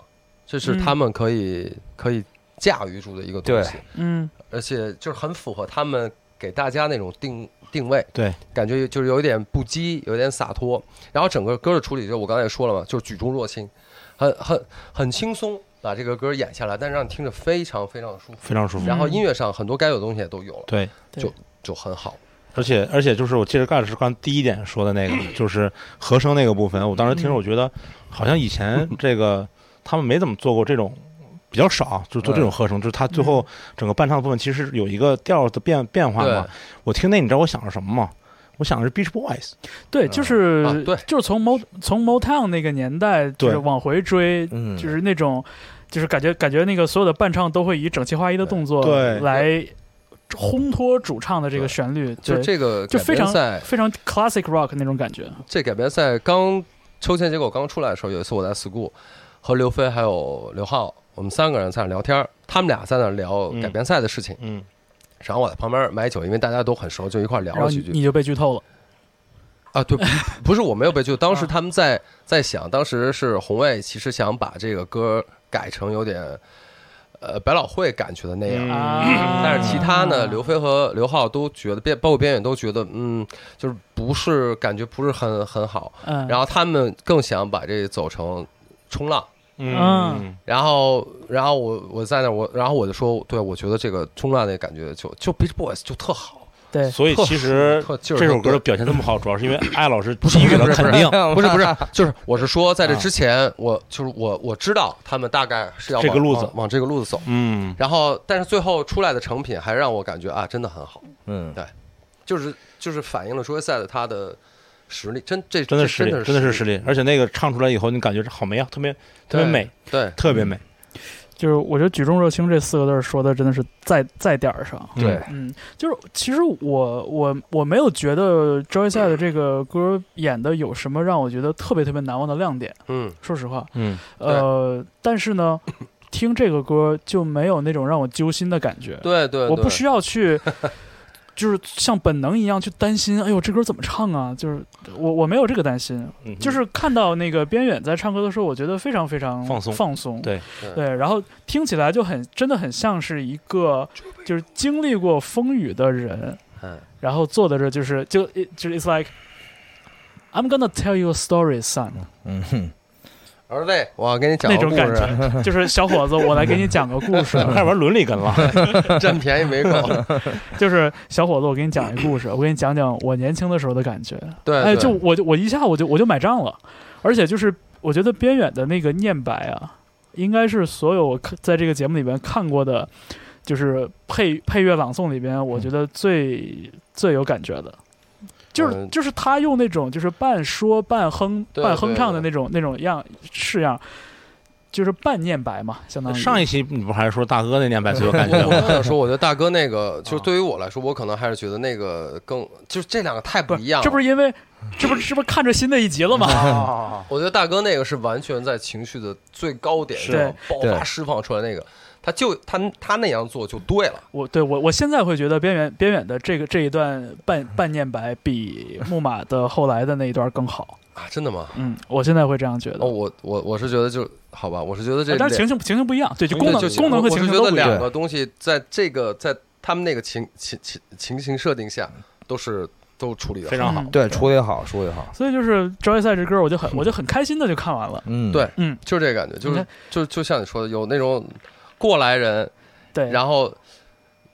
这是他们可以、可以驾驭住的一个东西，
嗯，
而且就是很符合他们给大家那种定定位，
对，
感觉就是有点不羁，有点洒脱。然后整个歌的处理，就我刚才也说了嘛，就是举重若轻，很很很轻松。把这个歌演下来，但是让你听着非常非常舒服。
非常
嗯
舒服。
然后音乐上很多该有的东西也都有了，
对，
就很好。
而且而且就是我记得盖老师刚第一点说的那 个，就是和声那个部分，我当时
嗯
听着我觉得好像以前这个他们没怎么做过这种。比较少，就做这
嗯
种和声，就是他最后整个伴唱部分其实是有一个调的变变化
对
嘛。，我听那，你知道我想的什么吗？我想的是 Beach Boys，
对，就是、
啊对
就是从 Mo 从 Motown 那个年代，就是
对
往回追，
嗯
就是那种，就是感觉感觉那个所有的伴唱都会以整齐划一的动作
对
来烘托主唱的这个
对
旋律，
就
对
这个
就
改
非
编
常
赛，
非常 classic rock 那种感觉。
这改编赛刚抽签结果刚出来的时候，有一次我在 school 和刘飞还有刘浩，我们三个人在那聊天儿，他们俩在那聊
嗯
改编赛的事情，
嗯，
然后我在旁边买酒，因为大家都很熟，就一块儿聊
然后
了几
你
句
你就被剧透了，
啊。对，不不是我没有被，就当时
啊
他们在在想，当时是红卫其实想把这个歌改成有点呃百老汇感觉的那样，
嗯
啊
但是其他呢，刘飞和刘浩都觉得，边包括边远都觉得，嗯，就是不是感觉不是很很好。
嗯，
然后他们更想把这走成冲浪。
嗯，
然后，然后我我在那儿我，然后我就说，对我觉得这个冲浪那感觉就就 Beach Boys 就特好，
对，
所以其实
特劲儿
这首
特
歌
对
表现这么好，主要是 因为艾老师给 予了肯定。
不是不是，就是我是说，在这之前，我就是我我知道他们大概是要
这个
往
路子
往往这个路子走，
嗯，
然后但是最后出来的成品还让我感觉啊，真的很好，
嗯，
就是就是反映了说赛的他的实力，真这
真的
这
实
真
力，
的
真的是实
实力，
力。而且那个唱出来以后，你感觉好美啊，特别特别
对
美，
对
特别美。
就是我觉得“举重若轻”这四个字儿说的真的是在在点儿上。
对
嗯，
嗯，就是其实我我我没有觉得 Joy 赛的这个歌演的有什么让我觉得特别特别难忘的亮点，
嗯
说实话，
嗯，
呃，但是呢，听这个歌就没有那种让我揪心的感觉，
对对，
我不
对
需要去。就是像本能一样去担心，哎呦，这歌怎么唱啊？就是我我没有这个担心，
嗯
就是看到那个边远在唱歌的时候，我觉得非常非常
放松
放松，
对
对
对，然后听起来就很真的很像是一个就是经历过风雨的人，
嗯
然后坐在这就是就就是 it's like I'm gonna tell you a story, son，
嗯哼，
儿子，我给你讲
那
个
种
故
感
事，
觉，就是小伙子，我来给你讲个故 事，
开始玩伦理根了。
占便宜没够，
就是小伙子，我给你讲一个故事，我给你讲讲我年轻的时候的感觉，
对，
哎，
对
就我就我一下我就我就买账了，而且就是我觉得边远的那个念白啊，应该是所有我看在这个节目里边看过的，就是配配乐朗诵里
嗯
边，我觉得最最有感觉的。就是
嗯
就是他用那种就是半说半哼
对
半哼唱的
对
那种那种样式样，就是半念白嘛，相当 于
上一期你不还是说大哥那年百岁有感觉
我我
吗？
想说，我觉得大哥那个，就是对于我来说，我可能还是觉得那个更，就是这两个太
不
不
是
一样了。
这不是因为这不是这不是看着新的一集了吗？
我觉得大哥那个是完全在情绪的最高点
对
上爆发
对
释放出来那个，他就他他那样做就对了。
我对我我现在会觉得边缘边缘的这个这一段
嗯
半半念白比木马的后来的那一段更好。
啊，真的吗？
嗯，我现在会这样觉得。
哦，我我我是觉得就好吧，我是觉得这
啊但是
两
情形情形不一样，对，就
对
功能
就
功能和
我
情
是
形
觉
都
得
不一
两
样。
个东西在这个在他们那个情情情情情形设定下都是都处理的
非常好
嗯。
对，处理好，处理好。
所以就是《职业赛》这歌，我就很我就很开心的就看完了。
嗯，
对
嗯，
就是这个感觉，就
你
是
看
就就像你说的，有那种过来人，
对，
然后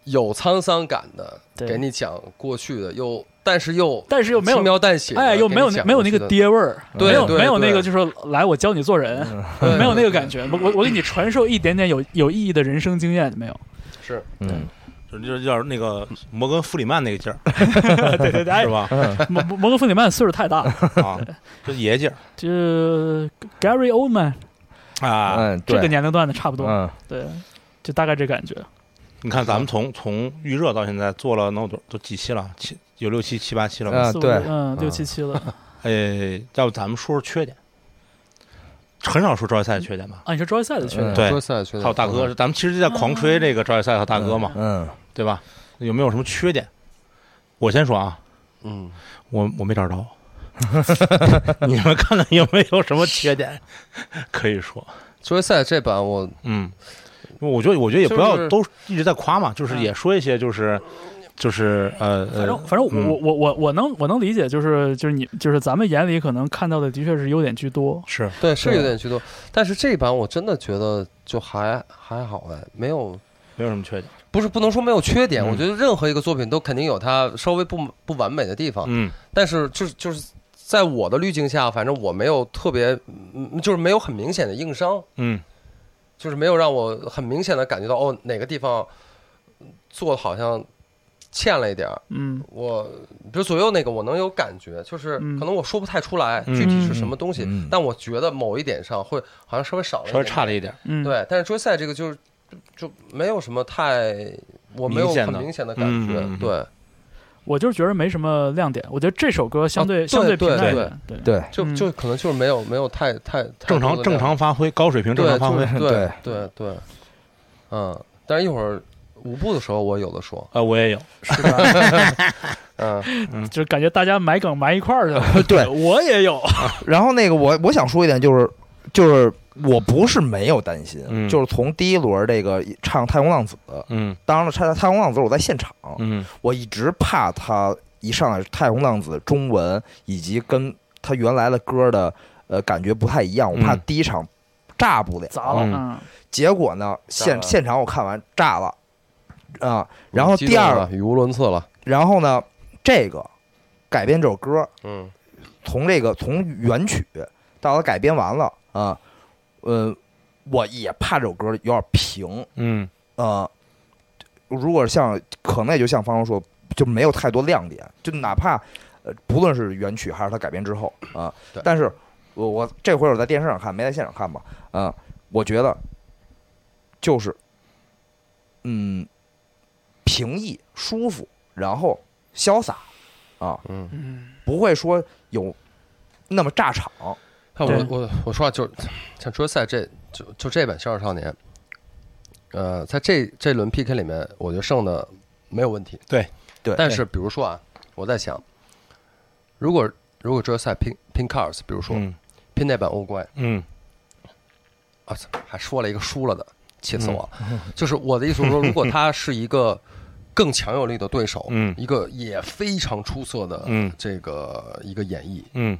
有沧桑感的，
对
给你讲过去的，又但是又
但是又没有
轻描淡写的，
哎，又没有
给你
那
讲
没有那个
过去的，
爹味儿，
对
没有
对
没有那个
对
就是来我教你做人，
对
嗯
没有那个
对
感觉。我我我给你传授一点点有有意义的人生经验，没有？
是
嗯，
就就叫那个摩根·弗里曼那个劲儿，
对对对，哎
是，吧？
摩摩摩根弗里曼岁数太大了，
啊，就爷劲儿
这 Gary Oldman
啊！
嗯，
这个
对，
年龄段的差不多，
嗯，
对，就大概这感觉。
你看咱们从从预热到现在做了能有多都几期了？七有六七七八期了吧？
啊
四五
对
嗯，六七七了。
呃，要不咱们说说缺点，很少说招赛的缺点吧？
啊，你说 Joy 赛的缺点
嗯？
对
说赛缺点
还有大哥，，咱们其实在狂吹这个赵一赛和大哥嘛，
嗯，
对吧？有没有什么缺点？我先说啊，
嗯，
我我没找着， 你们看看有没有什么缺点可以说？
说赛这版我
嗯，我觉得我觉得也不要
就是
都一直在夸嘛，就是
嗯
也说一些就是就是呃
反正
呃
反正我
嗯
我我我我能我能理解，就是就是你就是咱们眼里可能看到的的确是优点居多，
是
对是
对
有点居多，但是这版我真的觉得就还还好哎，没有。
没有什么缺点。
不是不能说没有缺点，
嗯
我觉得任何一个作品都肯定有它稍微不不完美的地方，
嗯
但是就是就是在我的滤镜下，反正我没有特别，嗯就是没有很明显的硬伤，
嗯
就是没有让我很明显的感觉到哦哪个地方嗯做得好像欠了一点儿。
嗯
我比如左右那个，我能有感觉，就是
嗯
可能我说不太出来
嗯
具体是什么东西，
嗯
但我觉得某一点上会好像稍微少了一
稍微
点，
差了一点，
嗯，，
对，但是追赛这个就是就没有什么太。我没有
明显
很
的
明显的感觉，
嗯嗯嗯
对，
我就是觉得没什么亮点，我觉得这首歌相对
啊对
相平淡一
对
点，对
对，
就
嗯
就可能就是没有没有太太太
正常
多的
正
亮点
常发挥，高水平正
对
常发挥。
就是对
对
对对，嗯，但是一会儿舞步的时候我有的说，
呃，我也有，
是吧？
嗯，
就感觉大家埋梗埋一块儿去了。
对
我也有，
然后那个我我想说一点就是就是我不是没有担心，
嗯
就是从第一轮这个唱《太空浪子》，
嗯
当然了，太太空浪子我在现场，
嗯
我一直怕他一上来《太空浪子》中文以及跟他原来的歌的呃感觉不太一样，我怕
嗯
第一场炸不了。
砸了，
嗯
嗯，
结果呢，现
了
现场我看完炸了啊、然后
激
第
动
二
了语无伦次了，
然后呢，这个改编这首歌，
嗯，
从这个从原曲到它改编完了啊，呃，我也怕这首歌有点平，
嗯
呃，如果像可能也就像方舟说，就没有太多亮点，就哪怕呃，不论是原曲还是它改编之后啊
对，
但是我我这回我在电视上看，没在现场看嘛，啊，我觉得就是嗯，平易舒服，然后潇洒啊，
嗯，
不会说有那么炸场。
看
对
我我我说啊，就是像桌赛这就就这版《消失少年》，呃，在这这轮 PK 里面，我觉得胜的没有问题，
对
对
但是比如说啊，我在想，如果如果桌赛拼拼 cars，比如说
嗯
拼那版欧冠，
嗯
啊，操还说了一个输了的，气死我了！就是我的意思是说，如果他是一个更强有力的对手，
嗯
一个也非常出色的
嗯
这个一个演绎，
嗯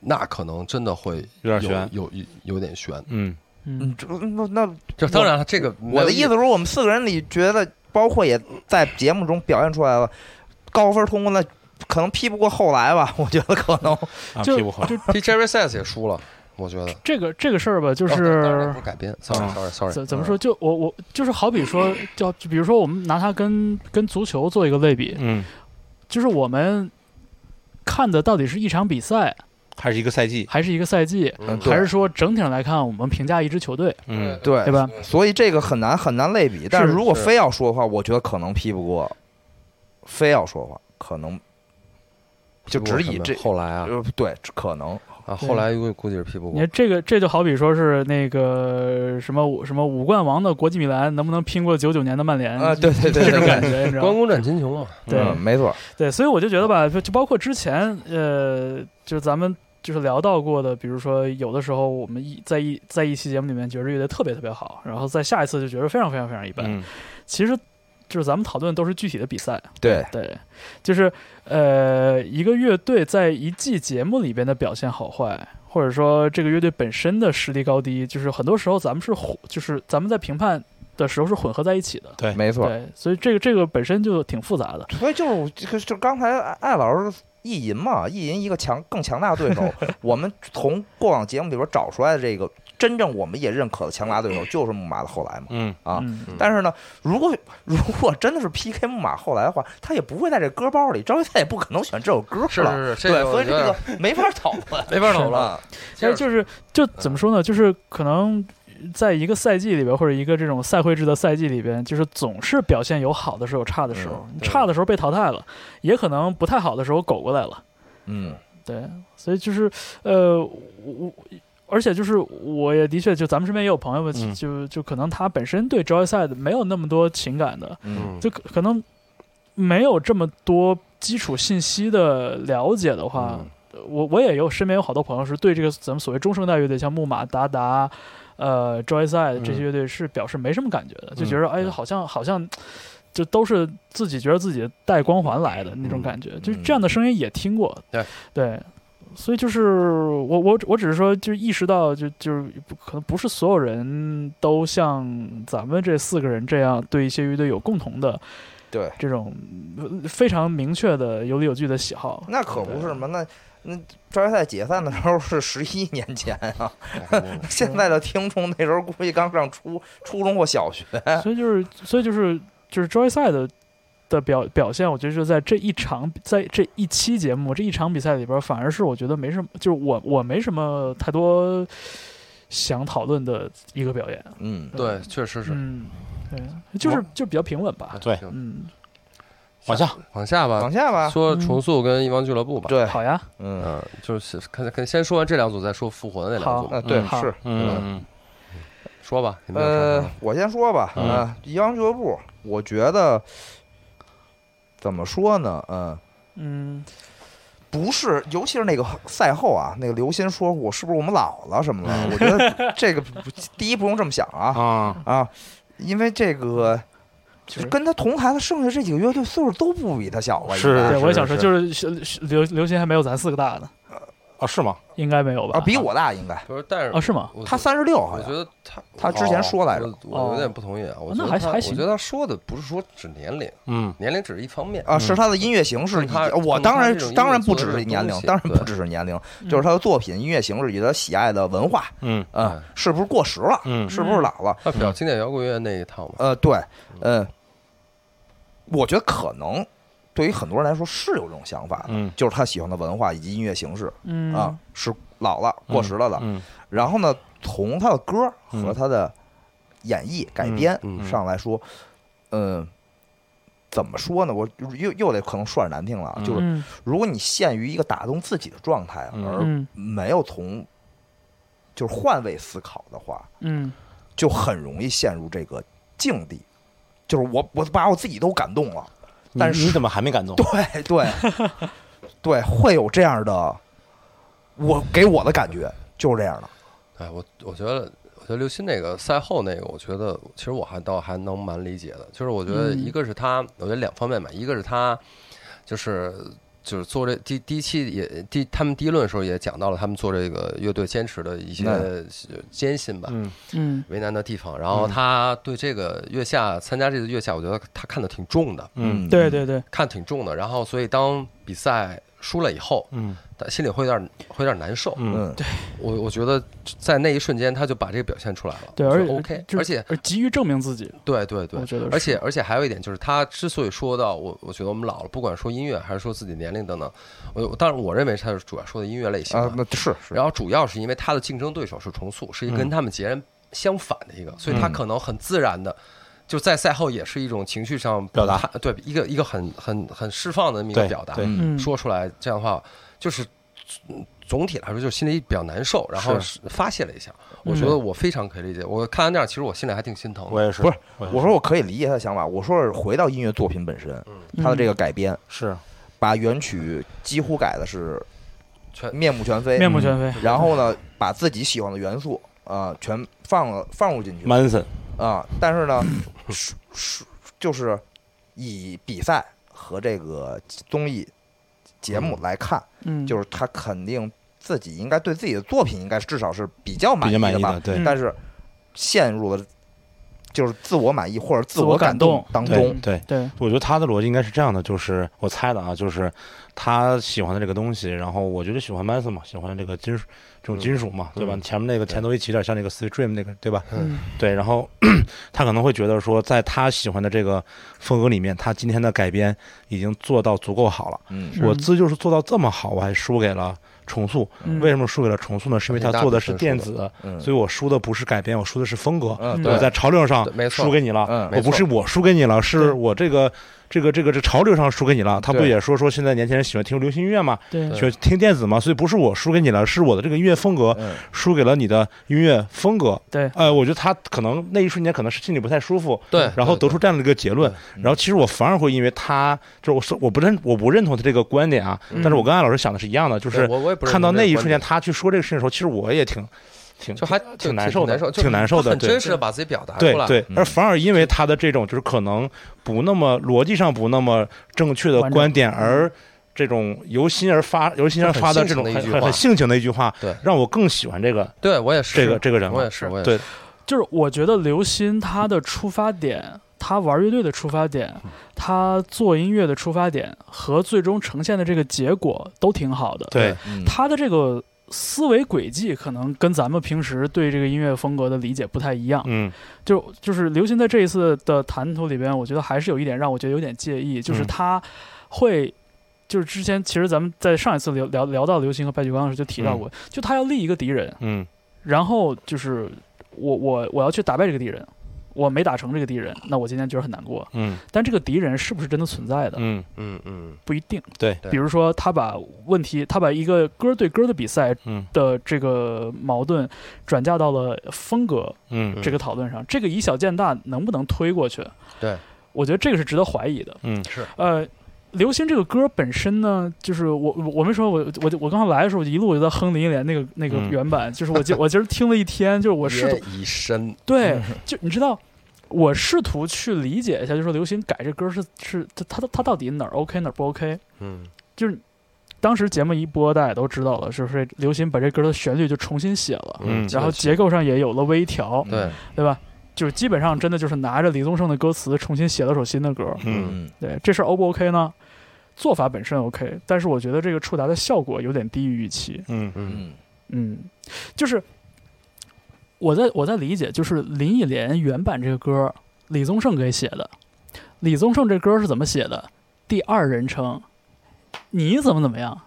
那可能真的会
有点悬
有有有点悬。
嗯
嗯
嗯，这那那
这当然了，这个没有
我的意思是，我们四个人里觉得，包括也在节目中表现出来了，高分通过那可能批不过后来吧，我觉得可能
啊，
就
屁股后
就
，T. Jerry Says 也输了，我觉得
这个这个事儿吧，就
就
是嗯
不是改嗯编，sorry sorry sorry，
怎怎么说？就我我就是好比说，就就比如说我们拿它跟跟足球做一个类比，
嗯，
就是我们看的到底是一场比赛，
还是一个赛季，
还是一个赛季，
嗯对
呃还是说整体上来看，我们评价一支球队？
嗯
对
对吧？
所以这个很难很难类比。但
是
如果
是
非要说的话，我觉得可能批不过，非要说的话，可能就只以这
后来啊
呃对可能
啊，后来估估计是 P 不
你
过
看，这个，这就好比说是那个什么五什么五冠王的国际米兰，能不能拼过九九年的曼联
啊，对对对
嗯这种
对
感
对，
觉，你知道
关
吗？
公战秦琼嘛，
对
嗯，没错，
对，所以我就觉得吧，就就包括之前，呃，就是咱们就是聊到过的，比如说有的时候我们一在一
嗯
在一期节目里面觉得乐队特别特别好，然后在下一次就觉得非常非常非常一般。
嗯
其实就是咱们讨论都是具体的比赛，
对，
对，就是呃，一个乐队在一季节目里边的表现好坏，或者说这个乐队本身的实力高低，就是很多时候咱们是混，就是咱们在评判的时候是混合在一起的。
没错。
对，所以这个这个本身就挺复杂的。
所以就是我就是就是刚才艾艾老师意淫嘛，意淫一个强更强大的对手。我们从过往节目里边找出来的这个真正我们也认可的强大对手，就是木马的后来嘛。
嗯，
啊
嗯，
但是呢，如果如果真的是 PK 木马后来的话，他也不会在这歌包里，张卫健也不可能选这首歌了。
是是是，
对，
个
所以这
有
个
点
没法讨论，
没法讨
讨
论。
论。
但是就是就怎么说呢？就是可能在一个赛季里边，或者一个这种赛会制的赛季里边，就是总是表现有好的时候，有差的时候，
嗯对
差的时候被淘汰了，也可能不太好的时候苟过来了。
嗯，
对，所以就是呃，我我。而且就是，我也的确，就咱们身边也有朋友吧，
嗯
就就可能他本身对职业赛的没有那么多情感的，
嗯，
就可可能没有这么多基础信息的了解的
嗯
话，我我也有身边有好多朋友是对这个咱们所谓中生代乐队，像木马、达达、呃 Joyside 这些乐队是表示没什么感觉的，就觉得哎，好像好像就都是自己觉得自己带光环来的那种感觉，就是这样的声音也听过，
对
对。所以就是我我我只是说，就意识到就就是不可能不是所有人都像咱们这四个人这样对一些乐队有共同的
对，
这种呃非常明确的有理有据的喜好。
那可不是嘛。那那专业赛解散的时候是十一年前啊，
嗯
现在的听众那时候估计刚上初初中或小学。
所以就是，所以就是，就是 Joy 赛的的表表现，我觉得就在这一场，在这一期节目这一场比赛里边，反而是我觉得没什么，就是我我没什么太多想讨论的一个表演。
嗯，
对，确实是。
嗯，对，就是就比较平稳吧
哎。
对
行
嗯，
往下
往下吧
往，下吧。
说
嗯
重塑跟一方俱乐部吧。
啊对，
好呀，
嗯。
嗯，就是看看先说完这两组，再说复活的那两
好
组吧。
啊，对，
嗯好
是，
嗯
说吧，你们有啥看
呃
法，
我先说吧，
嗯
啊，一阳俱乐部，我觉得怎么说呢，嗯，
嗯，
不是，尤其是那个赛后啊，那个刘鑫说我是不是我们老了什么的，我觉得这个不第一不用这么想啊
啊，
啊，因为这个
就是
跟他同台的剩下这几个乐队岁数都不比他小了，
是
应该
对，我也想说，
是
就是刘刘鑫还没有咱四个大呢，
啊是吗？
应该没有吧？
啊，比我大应该，
不是，但
啊
是
是吗？
我
他
觉
三十六好
我觉
像，
得他哦
他之前说来着，
我我有点不同意啊，我觉
哦那
得
还
他
还
我
行
觉得他说的不是说指年龄，
嗯
年龄只是一方面。
啊，是他的音乐形式以
嗯
及，
他
我
嗯
当
他
然
这种音乐
当然不
做
只
的
是年龄
东，西
当然不
对
只是年龄，就是他的作品、音乐形式以及他喜爱的文化，
嗯
嗯，是不是过时了？
嗯
是不是老了？
他比较经典摇滚乐那一套嘛，
呃，对，嗯，我觉得可能对于很多人来说是有这种想法的，
嗯
就是他喜欢的文化以及音乐形式
嗯
啊，是老了、过时了的。
嗯
然后呢，从他的歌和他的演绎改编
嗯嗯嗯
上来说，嗯。怎么说呢？我又又得可能说点难听了啊，
嗯
就是
嗯
如果你陷于一个打动自己的状态，
嗯
而
嗯
没有从就是换位思考的话，
嗯
就很容易陷入这个境地。就是我我把我自己都感动了，
但是你怎么还没感动？
对对对，会有这样的，我给我的感觉就是这样的。
哎，我我觉得，我觉得刘鑫那个赛后那个，我觉得其实我还倒还能蛮理解的，就是我觉得
嗯
一个是他，我觉得两方面吧，一个是他就是就是做这第第一期也第他们第一轮的时候也讲到了他们做这个乐队坚持的一些
嗯
艰辛吧。
嗯
嗯
为难的地方，然后他对这个月下参加这次月下，我觉得他看的挺重的，
嗯
对对对，
看挺重的。然后，所以当比赛输了以后，
嗯
他心里会有点会有点难受。
嗯
嗯，
我我觉得在那一瞬间，他就把这个表现出来了，
对，
我觉得
而且
OK，
就是
而且
而急于证明自己，
对对对
我，觉得是，
而且而且还有一点就是，他之所以说到我，我觉得我们老了，不管说音乐还是说自己年龄等等，我当然我认为他是主要说的音乐类型
啊
啊，
那是是，
然后主要是因为他的竞争对手是重塑，是一个
嗯
跟他们截然相反的一个，所以他
嗯
可能很自然的。就在赛后也是一种情绪上
表达
他，对一个一个很很很释放的那么一个
对
表达
对，
嗯
嗯
说出来这样的话，就是嗯总体来说就心里比较难受，然后是发泄了一下。
嗯
我觉得我非常可以理解，我看到那样，其实我心里还挺心疼
我
的。
也是，
不是
我也是
我说我可以理解他的想法，我说是回到音乐作品本身，他的这个改编，
是
把原曲几乎改的是
全
面目全非，
嗯面目全非，
然后呢，把自己喜欢的元素啊、全放了放入进去，
Manson，
啊，但是呢，是是就是以比赛和这个综艺节目来看，
嗯，
就是他肯定自己应该对自己的作品应该至少是比较满
比较满
的
意
吧
的，，对
嗯
但是陷入了就是自我满意或者自
自我
感
感动
当
对
中。
对。
对，
我觉得他的逻辑应该是这样的，就是我猜的啊，就是他喜欢的这个东西，然后我觉得喜欢 m a s 嘛，喜欢这个金属这种金属嘛，对吧？
嗯
前面那个前头一起有点像那个 Sweet Dream 那个，对吧？
嗯
对，然后 他可能会觉得说，在他喜欢的这个风格里面，他今天的改编已经做到足够好了。
嗯
是
我自就是做到这么好，我还输给了重塑。
嗯
为什么输给了重塑呢？是因为他做的是电子，
嗯
所以我输的不是改编，我输的是风格。
嗯，
对
我在潮流上
对没错
输给你了，
嗯
我
没
不
错
是我输给你了，
对
是我这个这个这个这潮流上输给你了。他不
对
也说说现在年轻人喜欢听流行音乐嘛，
对
喜欢听电子嘛，所以不是我输给你了，是我的这个音乐风格
嗯
输给了你的音乐风格。
对，
呃，我觉得他可能那一瞬间可能是心里不太舒服，
对，
然后得出这样的一个结论。
嗯
然后其实我反而会因为他，就是我说我不认我不认同他这个观点啊，
嗯
但是我跟艾老师想的是一样的，就
就是我我也不是
看到那一瞬间
观
他去说这个事情的时候，其实我也挺挺
点，就还
挺
就
难受的
难受，就
挺难受的
他很
对
真实的把自己表达
对
出来，
对，
嗯
而反而因为他的这种就是可能不那么逻辑上不那么正确的
完整
观点，而这种由心而发由心而发的这种
就很
很
性情的一句
很
话
很性情的一句话，
对
让我更喜欢这个
对我也是
这个这个人
我
了
也。是，我也
对
是，
就是我觉得刘鑫他的出发点，他玩乐队的出发点，
嗯
他做音乐的出发点和最终呈现的这个结果都挺好的。
对，
嗯
他的这个思维轨迹可能跟咱们平时对这个音乐风格的理解不太一样。
嗯
就就是刘鑫在这一次的谈吐里边，我觉得还是有一点让我觉得有点介意，就是
嗯
他会。就是之前，其实咱们在上一次聊聊聊到刘鑫和白举纲的时候就提到过，就他要立一个敌人，
嗯
然后就是我我我要去打败这个敌人，我没打成这个敌人，那我今天觉得很难过。
嗯
但这个敌人是不是真的存在的，
嗯
嗯嗯，
不一定。
对
对
比如说他把问题，他把一个歌对歌的比赛
嗯
的这个矛盾转嫁到了风格
嗯
这个讨论上，这个以小见大能不能推过去？
对，
我觉得这个是值得怀疑的。
嗯
是
呃，刘星这个歌本身呢，就是我我我没说我我我刚来的时候，我一路我就在哼林忆莲那个那个
嗯
原版，就是我今我今儿听了一天，就是我试图
也以身
嗯
对， 就你知道，我试图去理解一下，就是说刘鑫改这歌是是他他他到底哪儿 OK 哪儿不 OK？
嗯
就是当时节目一播，大家也都知道了，就是刘鑫把这歌的旋律就重新写了，
嗯
然后结构上也有了微调，
嗯
对
对吧？就是基本上真的就是拿着李宗盛的歌词重新写了首新的歌，
嗯
嗯
对这事儿 O 不 OK 呢？做法本身 OK，但是我觉得这个触达的效果有点低于预期。
嗯
嗯
嗯
嗯，就是我在我在理解，就是林忆莲原版这个歌，李宗盛给写的。李宗盛这歌是怎么写的？第二人称，你怎么怎么样，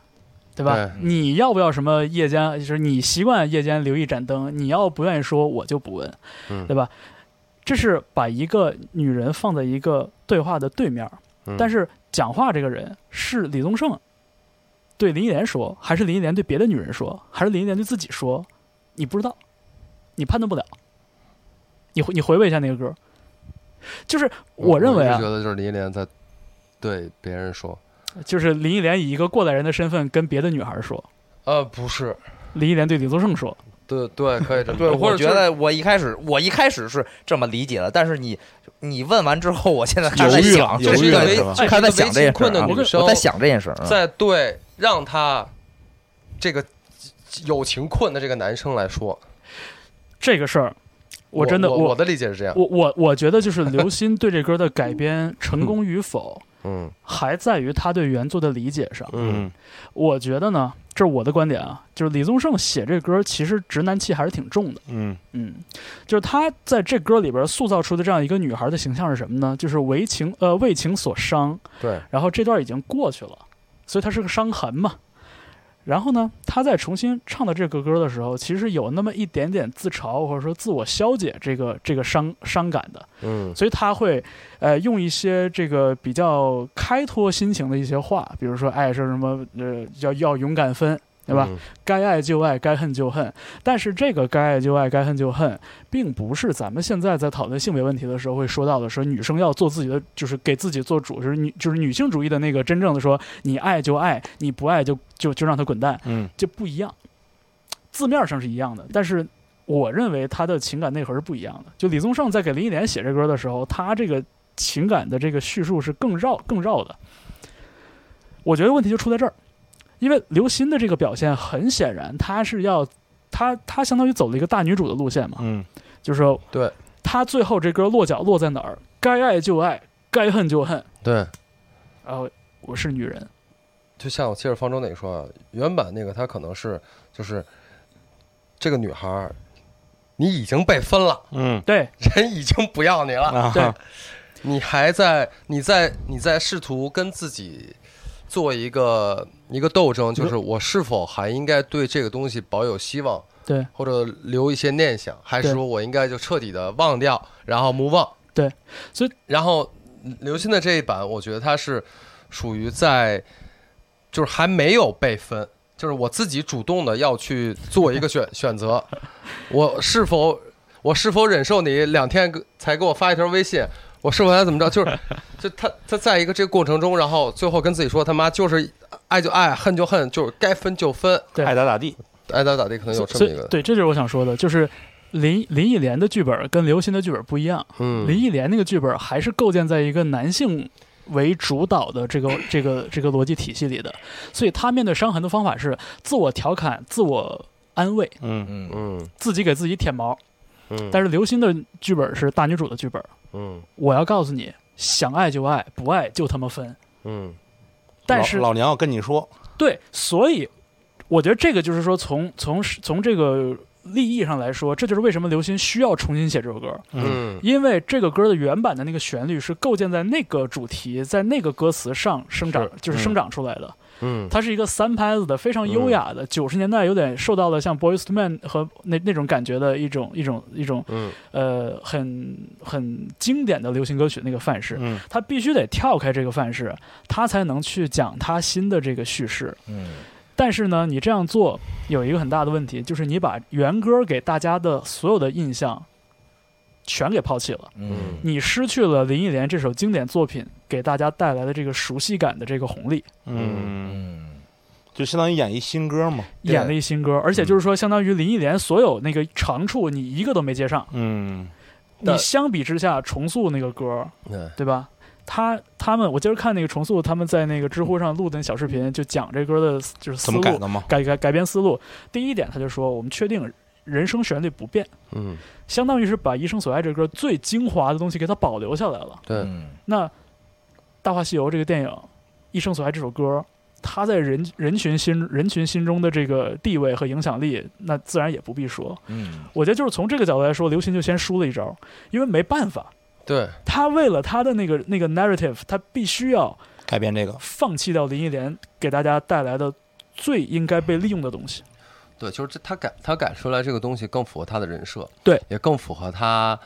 对吧？
对
你要不要什么夜间？就是你习惯夜间留一盏灯，你要不愿意说，我就不问，
嗯
对吧？这是把一个女人放在一个对话的对面儿，
嗯
但是讲话这个人是李宗盛对林忆莲说，还是林忆莲对别的女人说，还是林忆莲对自己说，你不知道，你判断不了。你回你回味一下那个歌，就是我认为
一直
啊
觉，得就是林忆莲在对别人说，
啊就是林忆莲以一个过来人的身份跟别的女孩说，
呃，不是，
林忆莲对李宗盛说，
对对，可以这么
对，
说或
我
者
觉
就是
得我一开始我一开始是这么理解的，但是你你问完之后，我现在还
犹
在
豫
想
了，，
这
犹
是
豫
一
这
了
个
为
是吧？
我开始在想这件事儿啊
被围困的女生
我在想这件事儿啊，
在对让他这个友情困的这个男生来说，
这个事儿，
我
真的
我
我
的理解是这样，
我我我觉得就是刘鑫对这歌的改编成功与否，
嗯
还在于他对原作的理解上。
嗯
嗯
我觉得呢，这是我的观点啊，就是李宗盛写这歌其实直男气还是挺重的。
嗯
嗯，就是他在这歌里边塑造出的这样一个女孩的形象是什么呢？就是为情呃为情所伤，
对，
然后这段已经过去了，所以它是个伤痕嘛。然后呢，他在重新唱到这个歌的时候，其实有那么一点点自嘲或者说自我消解这个这个伤伤感的，
嗯
所以他会呃用一些这个比较开脱心情的一些话，比如说爱是什么呃要要勇敢分，对
嗯
吧？？该爱就爱，该恨就恨。但是这个该爱就爱，该恨就恨，并不是咱们现在在讨论性别问题的时候会说到的，说女生要做自己的，就是给自己做主，就是女就是女性主义的那个真正的说，你爱就爱，你不爱就就就让他滚蛋，
嗯
这不一样。字面上是一样的，但是我认为他的情感内核是不一样的。就李宗盛在给林忆莲写这歌的时候，他这个情感的这个叙述是更绕更绕的。我觉得问题就出在这儿，因为刘欣的这个表现很显然，她是要她她相当于走了一个大女主的路线嘛，
嗯
就是说
对
她最后这根落脚落在哪儿，该爱就爱，该恨就恨，
对，
然后我是女人，
就像我接着方舟那个说啊，原版那个她可能是就是这个女孩儿，你已经被分了，
嗯
对
人已经不要你了，
啊
对，
你还在你在你在试图跟自己做一个一个斗争，就是我是否还应该对这个东西保有希望，
对，
或者留一些念想，还是
对
说我应该就彻底的忘掉，然后 move on？
对，所以
然后刘鑫的这一版，我觉得他是属于在就是还没有被分，就是我自己主动的要去做一个选 选择，我是否我是否忍受你两天给才给我发一条微信？我是否该怎么着？就是，就他他在一个这个过程中，然后最后跟自己说他妈就是爱就爱，恨就恨，就是该分就分，
对
爱咋咋地，
爱咋咋地，可能有这
所
么
以
一个，
对，这就是我想说的，就是林林忆莲的剧本跟刘欣的剧本不一样。
嗯，
林忆莲那个剧本还是构建在一个男性为主导的这个这个这个逻辑体系里的，所以他面对伤痕的方法是自我调侃、自我安慰、
嗯
嗯
嗯
自己给自己舔毛。
嗯，
但
是
是刘星的剧本是大女主的剧本，
嗯
我要告诉你，想爱就爱，不爱就他妈分。
嗯
但是
老老娘要跟你说，
对，所以我觉得这个就是说从，从从这个立意上来说，这就是为什么刘星需要重新写这首歌。
嗯
因为这个歌的原版的那个旋律是构建在那个主题，在那个歌词上生长，
是
就是生长出来的。
嗯，
它是一个三拍子的，非常优雅的，九十、年代有点受到了像 Boys to Men 和那那种感觉的一种一种一种
嗯
呃很很经典的流行歌曲那个范式。
嗯
它必须得跳开这个范式，它才能去讲它新的这个叙事。
嗯
但是呢，你这样做有一个很大的问题，就是你把原歌给大家的所有的印象全给抛弃了。
嗯
你失去了林忆莲这首经典作品给大家带来的这个熟悉感的这个红利，
嗯，
嗯，
就相当于演一新歌嘛，
对
演了一新歌，而且
嗯
就是说，相当于林忆莲所有那个长处你一个都没接上。
嗯
你相比之下，重塑那个歌，
对
对吧？他他们，我今儿看那个重塑他们在那个知乎上录的那小视频，就讲这歌的就是思
怎
路
么改的嘛，
改改改编思路。第一点，他就说我们确定人声旋律不变，
嗯
相当于是把《一生所爱》这歌最精华的东西给它保留下来了。
对
嗯
那《大话西游》这个电影，《一生所爱》这首歌，它在人人群心人群心中的这个地位和影响力，那自然也不必说。
嗯
我觉得就是从这个角度来说，刘星就先输了一招，因为没办法，
对
他为了他的那个那个 narrative，他必须要
改编这个，
放弃掉林忆莲给大家带来的最应该被利用的东西。
对，就是这他改他改出来这个东西更符合他的人设，
对，
也更符合他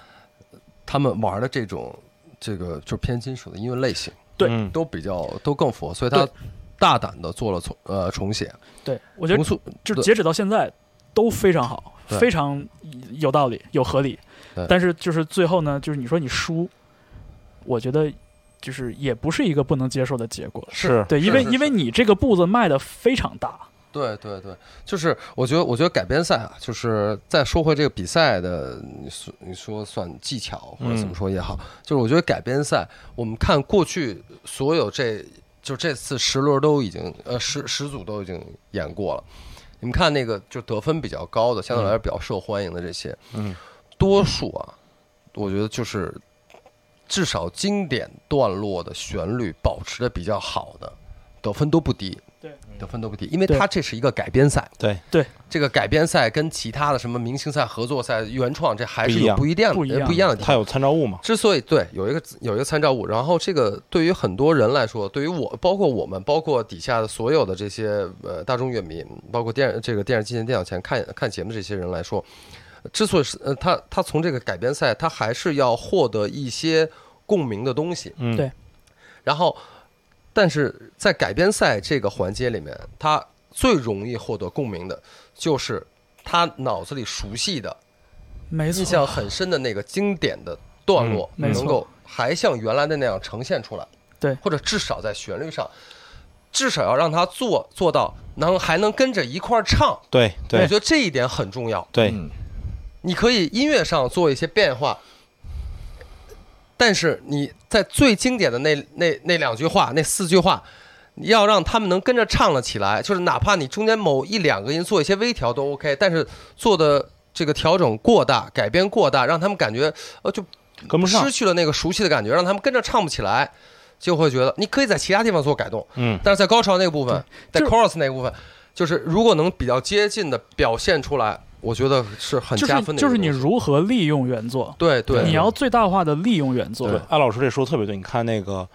他们玩的这种这个就是偏金属的音乐类型，
对
嗯
都比较都更符合，所以他
对
大胆的做了重呃重写，
对我觉
重
得
塑
就是
对
截止到现在都非常好，
对
非常有道理，有合理
对。
但是就是最后呢，就是你说你输，我觉得就是也不是一个不能接受的结果。
是
对，
是
因为
是
因为
是
你这个步子迈得非常大，
对对对，就是我觉得，我觉得改编赛啊，就是再说回这个比赛的，你说你说算技巧或者怎么说也好，就是我觉得改编赛，我们看过去所有这就这次十轮都已经呃十十组都已经演过了，你们看那个就得分比较高的，相对来说比较受欢迎的这些，
嗯，
多数啊，我觉得就是至少经典段落的旋律保持的比较好的，得分都不低。
对，
得分都不低，因为
对
它这是一个改编赛，
对，
这个改编赛跟其他的什么明星赛、合作赛、原创这还是有
不
不一样的
不一样
呃不一样的地
它
方。
有参照物嘛，
之所以对有一个有一个参照物，然后这个对于很多人来说，对于我，包括我们，包括底下的所有的这些呃大众乐迷，包括电这个电视机前、电脑前看看节目这些人来说，之所以是呃他他从这个改编赛，他还是要获得一些共鸣的东西，
嗯，
对
然后，但是在改编赛这个环节里面，他最容易获得共鸣的，就是他脑子里熟悉的、
没
印象，很深的那个经典的段落，
嗯没错
能够还像原来的那样呈现出来。
对
或者至少在旋律上，至少要让他做做到能还能跟着一块儿唱。
对
我
对
觉得这一点很重要。
对，
嗯
你可以音乐上做一些变化，但是你在最经典的那那那两句话，那四句话，你要让他们能跟着唱了起来，就是哪怕你中间某一两个音做一些微调都 OK，但是做的这个调整过大，改变过大，让他们感觉呃就
跟不上
失。去了那个熟悉的感觉，让他们跟着唱不起来，就会觉得你可以在其他地方做改动，
嗯，
但是在高潮那个部分，在
对就
chorus 那个部分，就是如果能比较接近的表现出来，我觉得是很
就
加
是
分的一个东西。
就是你如何利用原作，
对对，
你要最大化的利用原作
对。，艾老师这说得特别对。你看那个，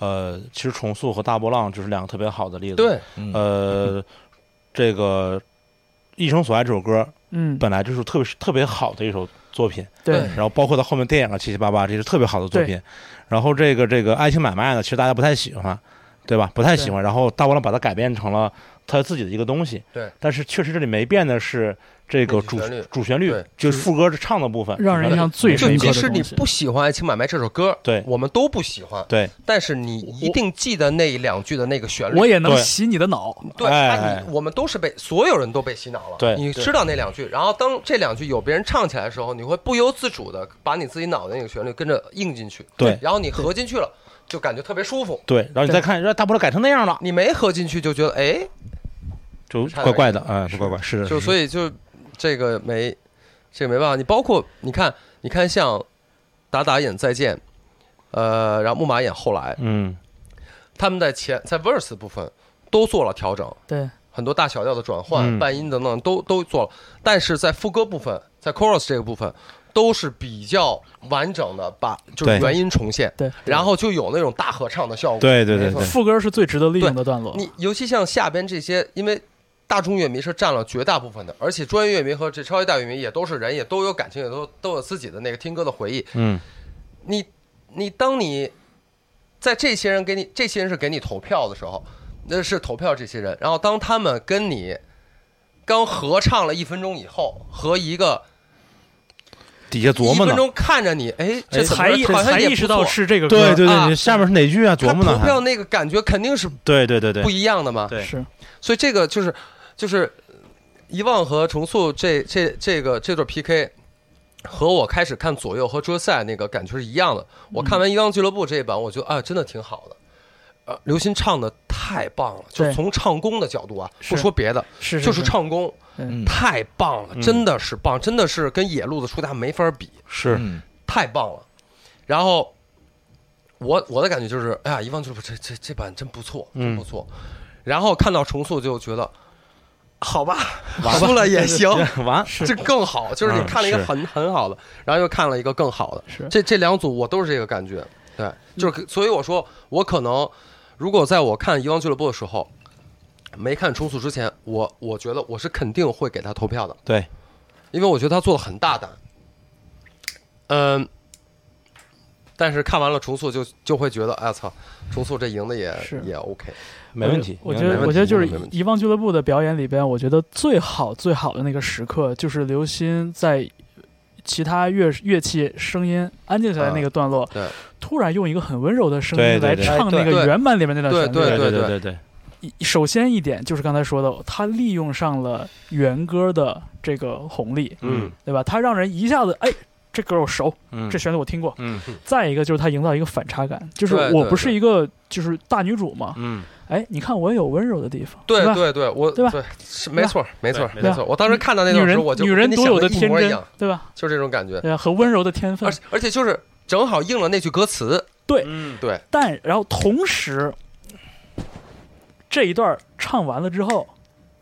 呃，其实重塑和大波浪就是两个特别好的例子。，
对
嗯
呃，这个《一生所爱》这首歌
嗯，
本来就是特别特别好的一首作品，
对
对，
然后包括到后面电影啊七七八八，这是特别好的作品。然后这个这个《爱情买卖》呢，其实大家不太喜欢，对吧？不太喜欢。然后大波浪把它改变成了他自己的一个东西。
对。
但是确实这里没变的是这个
那
主
主旋律
主旋律
对，
就是副歌唱的部分，
让人印象最
就
深刻
即
的
使你
东西
不喜欢《爱情买卖》这首歌，
对
我们都不喜欢，
对，
但是你一定记得那一两句的那个旋律。
我也能
对
洗你的脑。
对，
哎
他你我们都是被所有人都被洗脑了。
对
你
对
知道那两句，然后当这两句有别人唱起来的时候，你会不由自主的把你自己脑袋那个旋律跟着应进去。
对
然后你合进去了，就感觉特别舒服。
对。然后你再看，让大波浪改成那样了，
你没合进去就觉得哎，
就
差
怪
点
怪的，哎，不怪怪，是的，
就是所以就这个没这个没办法。你包括你看，你看像达达演《再见》，呃，然后木马演《后来》，
嗯，
他们在前在 verse 部分都做了调整，
对，
很多大小调的转换、
嗯
半音等等都都做了，但是在副歌部分，在 chorus 这个部分都是比较完整的，把就
对
是原音重现，
对，
然后就有那种大合唱的效果。
对对对
没错
对，
副歌是最值得利用的段落。
你尤其像下边这些，因为大众乐迷是占了绝大部分的，而且专业乐迷和这超级大乐迷也都是人，也都有感情，也都都有自己的那个听歌的回忆。
嗯，
你你当你在这些人给你这些人是给你投票的时候，那是投票这些人，然后当他们跟你刚合唱了一分钟以后，和一个
底下琢
一
磨
分
呢，
钟看着你，哎，这怎么
才意
好像
才
也
意
不
识到
错
是这个歌，
对对
啊
对，你下面是哪句啊？琢
他
磨呢
投票
还？
那个感觉肯定是
对对对对
不，一样的嘛。
对
是
所以这个就是就是遗忘和重塑这这这个这对 PK。和我开始看左右和遮赛那个感觉是一样的。我看完《一浪俱乐部》这一版，我觉得啊，真的挺好的。呃，刘鑫唱的太棒了，就是
对
从唱功的角度啊，
是
不说别的，
是
就是唱功
嗯
太棒了，
嗯
真的是棒，真的是跟野路子出大没法比，
是，
嗯
太棒了。然后我我的感觉就是，哎呀，《遗忘俱乐部》这这这版真不错，真
嗯
不错。然后看到重塑就觉得，好吧，输了 也行，
完，
这更好。就是你
嗯
看了一个
是
很很好的，然后又看了一个更好的，
是
这这两组我都是这个感觉。对，
嗯
就是所以我说，我可能如果在我看《遗忘俱乐部》的时候。没看重塑之前，我我觉得我是肯定会给他投票的，
对，
因为我觉得他做的很大胆。嗯，但是看完了重塑就就会觉得，哎操，重塑这赢的也
是
也 OK。
没问题。
我
应
觉
该没
得，
问
我
题
觉得就是
没问题
遗忘俱乐部的表演里边，我觉得最好最好的那个时刻，就是刘鑫在其他乐乐器声音安静下来那个段落，
对
突然用一个很温柔的声
啊对
音
对
来
对
唱那
哎对
个原版里面那段旋律。
对
对
对
对对，
一首先一点就是刚才说的，他利用上了原歌的这个红利，
嗯
对吧？他让人一下子哎。这歌我熟，
嗯，
这旋律我听过。
嗯
再一个就是他营造一个反差感，就是
对
我
对
不是
对
一个就是大女主嘛，
嗯，
哎，你看我也有温柔的地错
对
吧？
对对，我
对吧
是没错没错
对
没错。我当时看到那
女
段时
人
候，我就
女
跟
人
你
独
想
有
的
的
一
天
模一
真
样，，
对吧？
就是这种感觉。
对啊，和温柔的天分
而。而且就是正好应了那句歌词，
嗯
对
但然后同时，这一段唱完了之后，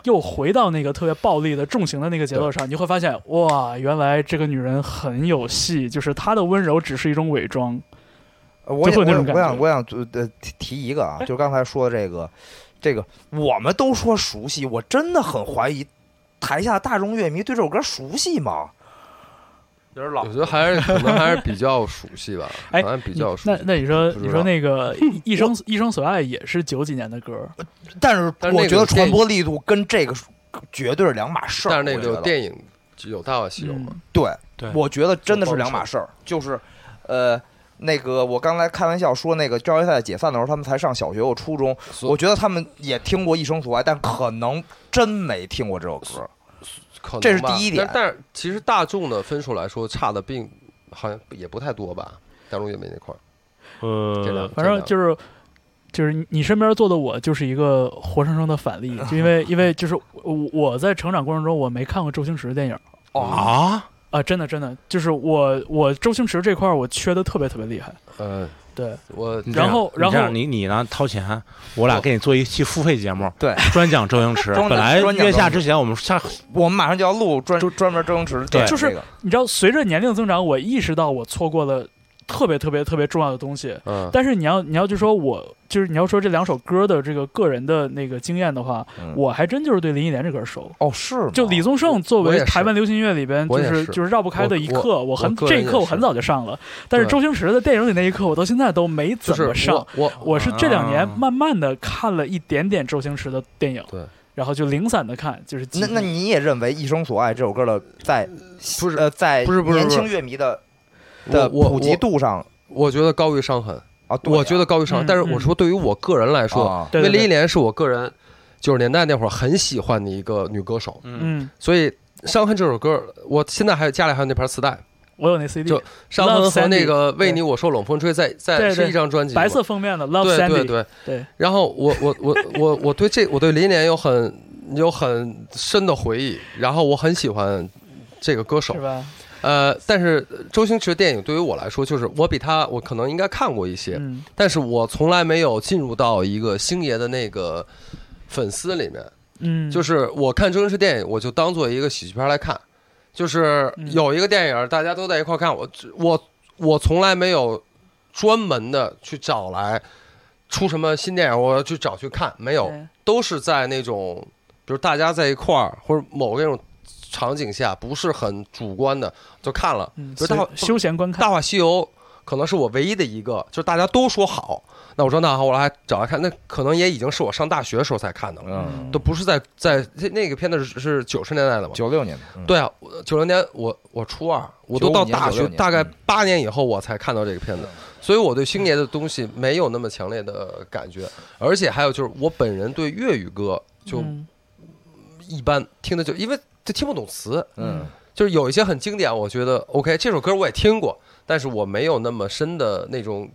又回到那个特别暴力的重型的那个节奏上，你会发现，哇，原来这个女人很有戏，就是她的温柔只是一种伪装。
呃我
就会
也
那
我
种感
我想
觉
我想呃提提一个啊，就刚才说的这个，这个我们都说熟悉，我真的很怀疑台下大众乐迷对这首歌熟悉吗？有点老
我觉得还是可能还是比较熟悉吧，
哦 哎
好像比较熟
那
悉。
那你说
不知道
你说那个一生一生所爱也是九几年的歌，
呃
但是
但是那
我
个
觉得
有电
传
影
播力度跟这个绝对是两码事儿。
但是那
我
个
觉得
电影有大话西游嘛，
啊嗯
对，
对，
我觉得真的是两码事儿。就是，呃，那个我刚才开玩笑说，那个赵一赛解散的时候，他们才上小学，我初中，
所
我觉得他们也听过《一生所爱》，但可能真没听过这首歌。
可能
这是
吧
第一
但
点
但是其实大众的分数来说，差的并好像也不太多吧。大众乐迷那块儿，这两
呃，
反正
这两
就是就是你身边坐的我就是一个活生生的反例，就因为因为就是我我在成长过程中我没看过周星驰的电影
哦，
啊，
啊，真的真的，就是我我周星驰这块儿我缺的特别特别厉害，
呃，
对，
我
你这样
然后
你这
然后
样你你呢掏钱，我俩给你做一期付费节目，
嗯对，
专讲周星驰。
专
本来
专讲
约下
周
之前我们下
我们马上就要录专专门周星驰的电影，
就是
这个
你知道随着年龄增长，我意识到我错过了特别特别特别重要的东西，
嗯，
但是你要你要就说我就是你要说这两首歌的这个个人的那个经验的话，
嗯
我还真就是对林忆莲这歌熟。
哦是吗
就李宗盛作
我
为
也是
台湾流行音乐里边，就
我也
是
是
就是绕不开的一课。我很
我个
这
人
一课我
也是
很早就上了，但是
对
周星驰的电影里那一课我到现在都没
就
怎
是
么上
我。我
我是这两年
啊
慢慢的看了一点点周星驰的电影，
对
然后就零散的看，就是几
那那你也认为《一生所爱》这首歌的在
不是
呃在
不是不是
年
不是
轻乐迷的
我
呃
的
我
普及度上
我觉得高于伤痕，
啊，对啊
我觉得高于伤
嗯
痕，但是
嗯哦
我说对于我个人来说，
啊
对
因为
对
林忆
对，
莲是我个人九十年代那会儿很喜欢的一个女歌手，
嗯
嗯，
所以《伤痕》这首歌，我现在还有家里还有那盘磁带，《
我有那 CD，
就伤痕》和那个
Sandy，
《为你我受冷风吹》在
对
在
对
是一张专辑嘛，
白色封面的 Love
对对
Sandy，
对
对。
然后我我我我我对这我对林忆莲有很有很深的回忆，然后我很喜欢这个歌手
是，吧？
呃，但是周星驰的电影对于我来说，就是我比他我可能应该看过一些，
嗯，
但是我从来没有进入到一个星爷的那个粉丝里面。
嗯，
就是我看周星驰电影，我就当做一个喜剧片来看，就是
嗯
有一个电影大家都在一块看，我我我从来没有专门的去找来出什么新电影，我要去找去看，没有，
对
都是在那种比如大家在一块儿或者某个那种场景下，不是很主观的就看了，
嗯，
比如大话
休休闲观看嗯
大话西游可能是我唯一的一个，就是大家都说好，那我说那好，我来找来看，那可能也已经是我上大学的时候才看的了，
嗯
都不是在在那那个片子是是九十年代的嘛？
九六年的嗯
对啊，九零年我我初二，我都到
95年
大学
96年
大概
嗯
八年以后我才看到这个片子，所以我对星爷的东西没有那么强烈的感觉，而且还有就是我本人对粤语歌就
嗯
一般听的就因为就听不懂词，
嗯
就是有一些很经典，我觉得 OK，这首歌我也听过，但是我没有那么深的那种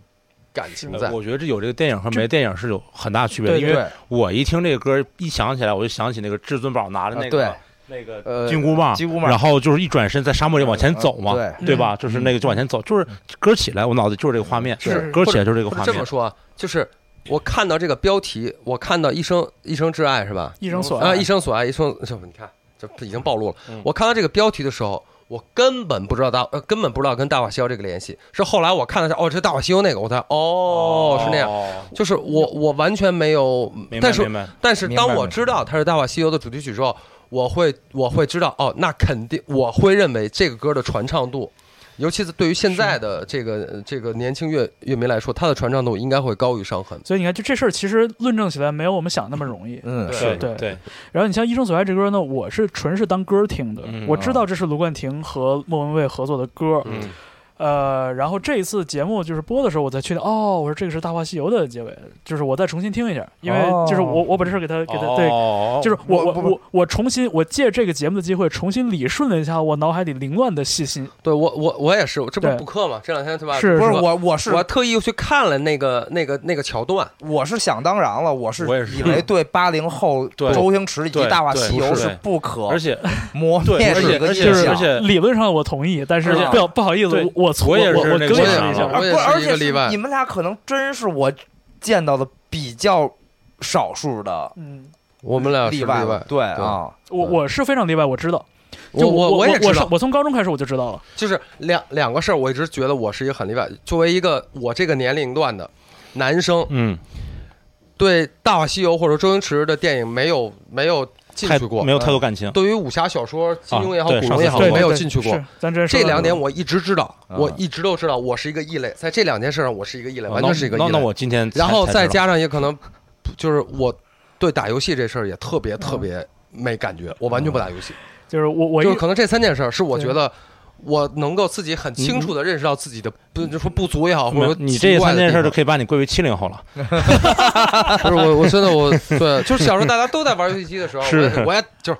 感情在。
我觉得这有这个电影和
这
没电影是有很大区别的，
对
因为我一听这个歌一想起来，我就想起那个至尊宝拿着那个
啊
那个
呃
金箍棒，
金箍棒
然后就是一转身在沙漠里往前走嘛，
对
对吧？就是那个就往前走，就是歌起来，我脑子就是这个画面，
是是
歌起来就是这个
不嗯是
画
这
面
么。说啊，就是我看到这个标题，我看到一生一生挚爱是吧？
一生所
啊，
爱
一，生所爱，一生这你看，这已经暴露了
嗯。
我看到这个标题的时候，我根本不知道大，呃，根本不知道跟《大话西游》这个联系。是后来我看了一下，哦，这《大话西游》那个，我才哦是那样。
哦
就是我我完全没有，
明白
但是
明白，
但是
明白
当我
明白
知道它是《大话西游》的主题曲之后，我会我会知道哦，那肯定我会认为这个歌的传唱度。尤其是对于现在的这个这个年轻乐乐迷来说，它的传唱度应该会高于伤痕。
所以你看，就这事儿其实论证起来没有我们想那么容易。
嗯
对
是
对
对然后你像《一生所爱》这歌呢，我是纯是当歌听的，
嗯
我知道这是卢冠廷和莫文蔚合作的歌，
嗯
呃，然后这一次节目就是播的时候，我才确定，哦，我说这个是《大话西游》的结尾，就是我再重新听一下，因为
哦
就是我我把这事儿给他给他、对。
哦
就是我
我
我
不
我我重新我借这个节目的机会重新理顺了一下我脑海里凌乱的细心，
对我我我也是，这不是
对
补课嘛？这两天对吧？
是
不是
我
我我是
我还特意又去看了那个那个那个桥段，
我是想当然了，我是
我也是
以为对八零后
对
周星驰以及
对
《大话
对
西游》
不是
是不可
而且
磨
对
灭
而
的
且
一个
而且
印
是
象
而且
理论上我同意，但是
而且
不不好意思
对，
我错
我也是
我
那
更
个
我
新
也
了一
是
下
我，也
啊不是，而
是一个
且
例外
你们俩可能真是我见到的比较少数的
嗯，
我们俩是
例
例
外
外
了。。对啊，
我我是非常例外，我知道，就
我
我
我也
我
知
是
道，
我从高中开始我就知道了，
就是两两个事儿，我一直觉得我是一个很例外。作为一个我这个年龄段的男生，
嗯，
对《大话西游》或者周星驰的电影没有没有进
太
去过，嗯
没有太多感情。
对于武侠小说、金庸也好、
啊对
古龙也好，
上次说
我
对，
过
没有
对
进去过
是。咱之前说
这
到
两
的
点我一直知道，
啊
我一直都知道我是一个异类，在这两件事上我是一个
啊
异类，完全是一个异
那
类。
那我今天才
然后
才
再
知道
加上也可能不就是我对打游戏这事儿也特别特别
嗯
没感觉，我完全不打游戏。
就是我我一
就是可能这三件事儿是我
对
觉得我能够自己很清楚的认识到自己的不就说不足也好，或者
没
说
有嗯你这
奇怪
三
的
件事儿
地
就
方
可以把你归为七零后了。
不是我我真的我对，就是小时候大家都在玩游戏机的时候，
是
我也我也就是。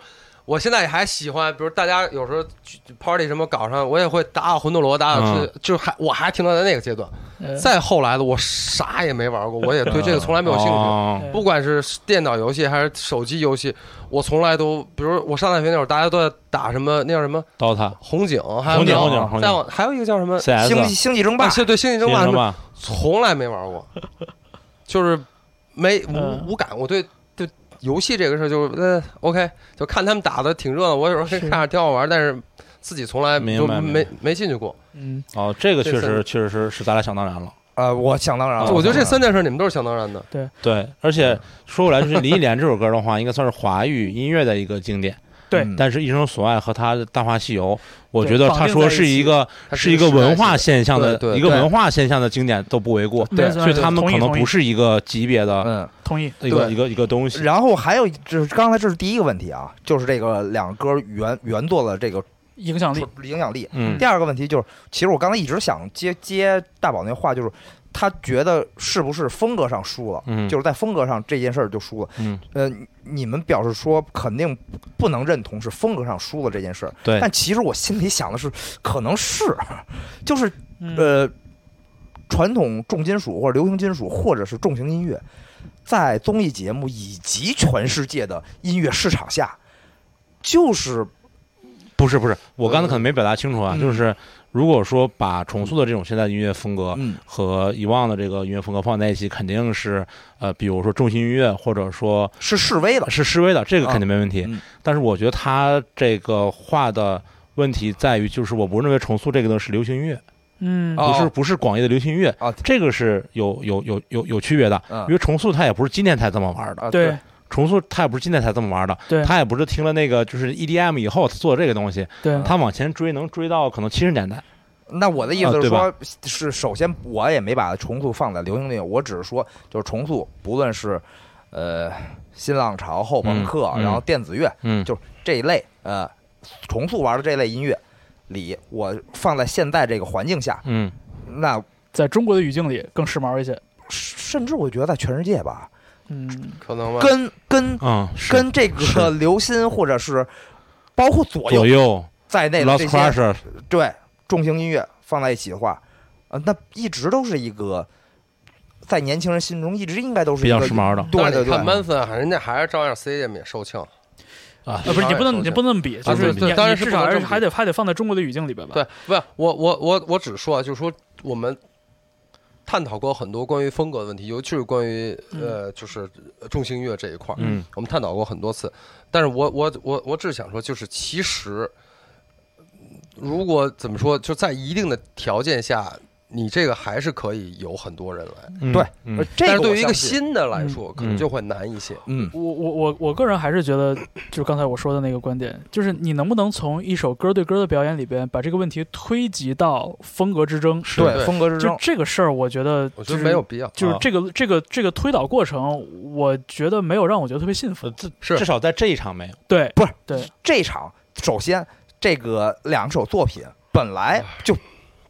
我现在也还喜欢，比如大家有时候去 party 什么搞上，我也会打打魂斗罗，打打
嗯
刺，就还我还停留在那个阶段。
呃
再后来的，我啥也没玩过，我也对这个从来没有兴趣。
哦
对
不管是电脑游戏还是手机游戏，我从来都，比如我上大学那会儿，大家都在打什么那叫什么
，DOTA、
红警，啊还有
红警
那
红警红警
再往还有一个叫什么，
CS、
星际星际争霸
啊，对对，星际争霸
什
什么，
么
从来没玩过，就是没
嗯
无无感。我对对游戏这个事儿就是呃 OK，就看他们打的挺热闹，我有时候
是
看着挺好玩，但是自己从来
明
就
白明
没
白
没进去过。
嗯，
哦，这个
这
确
三
实
个
确实是是咱俩想当然了。
呃，我想当然了，嗯
啊
我觉
当
得这
然
三件事你们都是想当然的。
对，而且说回来，就是《林忆莲》这首歌的话，应该算是华语音乐的一个经典。
对
嗯
但是《一生所爱》和他的《大话西游》，我觉
对
得
绑
他
定
说
在一
是一
起
个
它
是
一
一个文化
时
现象的
对对
一个
对
文化现象的经典都不为过，
对，
所以他们可
同意
能
同意
不是一个级别的
嗯。
同意，
一个
对
一个一个东西。
然后还有就是刚才这是第一个问题啊，就是这个两个歌原原作的这个
影响力，
影响力。
嗯
第二个问题就是，其实我刚才一直想接接大宝那话，就是他觉得是不是风格上输了，
嗯，
就是在风格上这件事儿就输了。
嗯，
呃，你们表示说肯定不能认同是风格上输了这件事儿，
对
但其实我心里想的是，可能是，就是
嗯
呃，传统重金属或者流行金属或者是重型音乐，在综艺节目以及全世界的音乐市场下，就是
不是不是，我刚才可能没表达清楚啊，
嗯
就是如果说把重塑的这种现在的音乐风格
嗯
和以往的这个音乐风格放在一起，肯定是呃，比如说重型音乐或者说
是示威的，
是示威的，这个
啊
肯定没问题。
嗯
但是我觉得他这个话的问题在于，就是我不认为重塑这个呢是流行音乐，
嗯
哦
不是不是广义的流行音乐，
啊
这个是有有有有有区别的。
嗯
因为重塑它也不是今天才这么玩的，
啊
对
重塑它也不是今天才这么玩的，
对
它也不是听了那个就是 EDM 以后做这个东西，
嗯
对，
它往前追能追到可能七十年代。
那我的意思就是
啊
说，是首先我也没把重塑放在流行音乐，我只是说就是重塑，不论是呃新浪潮、后朋克，
嗯嗯
然后电子乐
嗯，
就这一类，呃，重塑玩的这类音乐里，我放在现在这个环境下，
嗯，
那
在中国的语境里更时髦一些，
甚至我觉得在全世界吧，
嗯，
代可能吧。
跟跟
嗯，是
跟这个
是
流心或者是包括左
左
右
右
在内的
Lost
这些
Crusher，
对重型音乐放在一起的话，呃，那一直都是一个在年轻人心中一直应该都是
比
一
较
个
时髦的
对
但是
对
你
对，
看曼森，人家还是照样 C 也也受庆。
嗯
啊
呃，不是你不能
首先
你不能这么比，就
啊
是
对对
你
当然
你
是
至
不能
少还
这么
是
比
还得还得放在中国的语境里边吧，
对，不是我我我我只说啊，就是说我们探讨过很多关于风格的问题，尤其是关于呃，就是重型音乐这一块儿，
嗯，
我们探讨过很多次。但是我我我我只是想说，就是其实如果怎么说，就在一定的条件下。你这个还是可以有很多人来，
嗯
对
嗯
呃这
但
个
是对于一
我
个
相信，
新的来说，可能就会难一些。
嗯
我我我我个人还是觉得，就是刚才我说的那个观点，就是你能不能从一首歌对歌的表演里边，把这个问题推及到风格之争？
是
对
对
风格之
就
争，
这个事儿，我觉得、
我
就是，
觉得没有，必要。
就是
啊
这个、这个这个推导过程，我觉得没有让我觉得特别信服。
呃至
是
至少在这一场没有。
对，
不是
对，
这场首先这个两首作品本来就。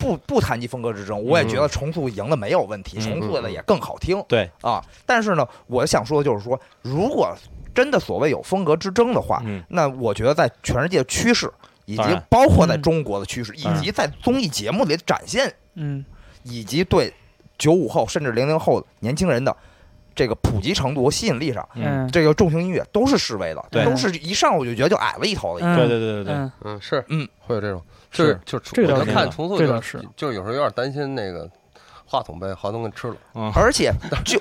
不不谈及风格之争，我也觉得重塑赢的没有问题，
嗯
重塑的也更好听
对，
啊。但是呢，我想说的就是说，如果真的所谓有风格之争的话，
嗯，
那我觉得在全世界的趋势，以及
当然
包括在
嗯
中国的趋势，以
当然
及在综艺节目里的展现，
嗯，
以及对九五后甚至零零后年轻人的这个普及程度和吸引力上，
嗯，
这个重型音乐都是示威的，
对
都是一上我就觉得就矮了一头了已经。
嗯
对对对对对，
嗯，
嗯，是，
嗯，
会有这种，
是
就是就
这个
我
倒
就是看重塑
这
就
倒是
就是有时候有点担心那个话筒被华东给吃了。
而且，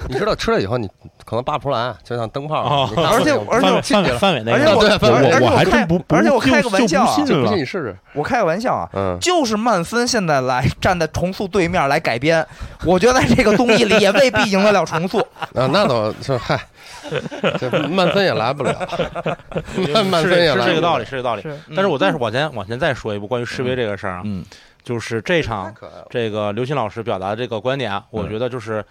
你知道吃了以后你可能扒不出来，啊就像灯泡
哦
似的。你扒不
而且
出来
而且我
范围范围范围内
而且
的，
我，
对
而且
我我还
开
真不，不
而且我开
就
个玩笑啊
就不信
不
了
信你试试。
我开个玩笑啊，
嗯，
就是曼森现在来站在重塑对面来改编，我觉得在这个综艺里也未必赢得了重塑。
啊，那倒是嗨，这曼森也来不了，曼曼
是
森也
这是
来不
这个道
了
理，。是这个道理。
是，
但是我再往前往前再说一步关于示威这个事儿啊，
嗯，
就是这
太
场
可爱了，
这个刘鑫老师表达的这个观点啊，我
嗯
觉得就是。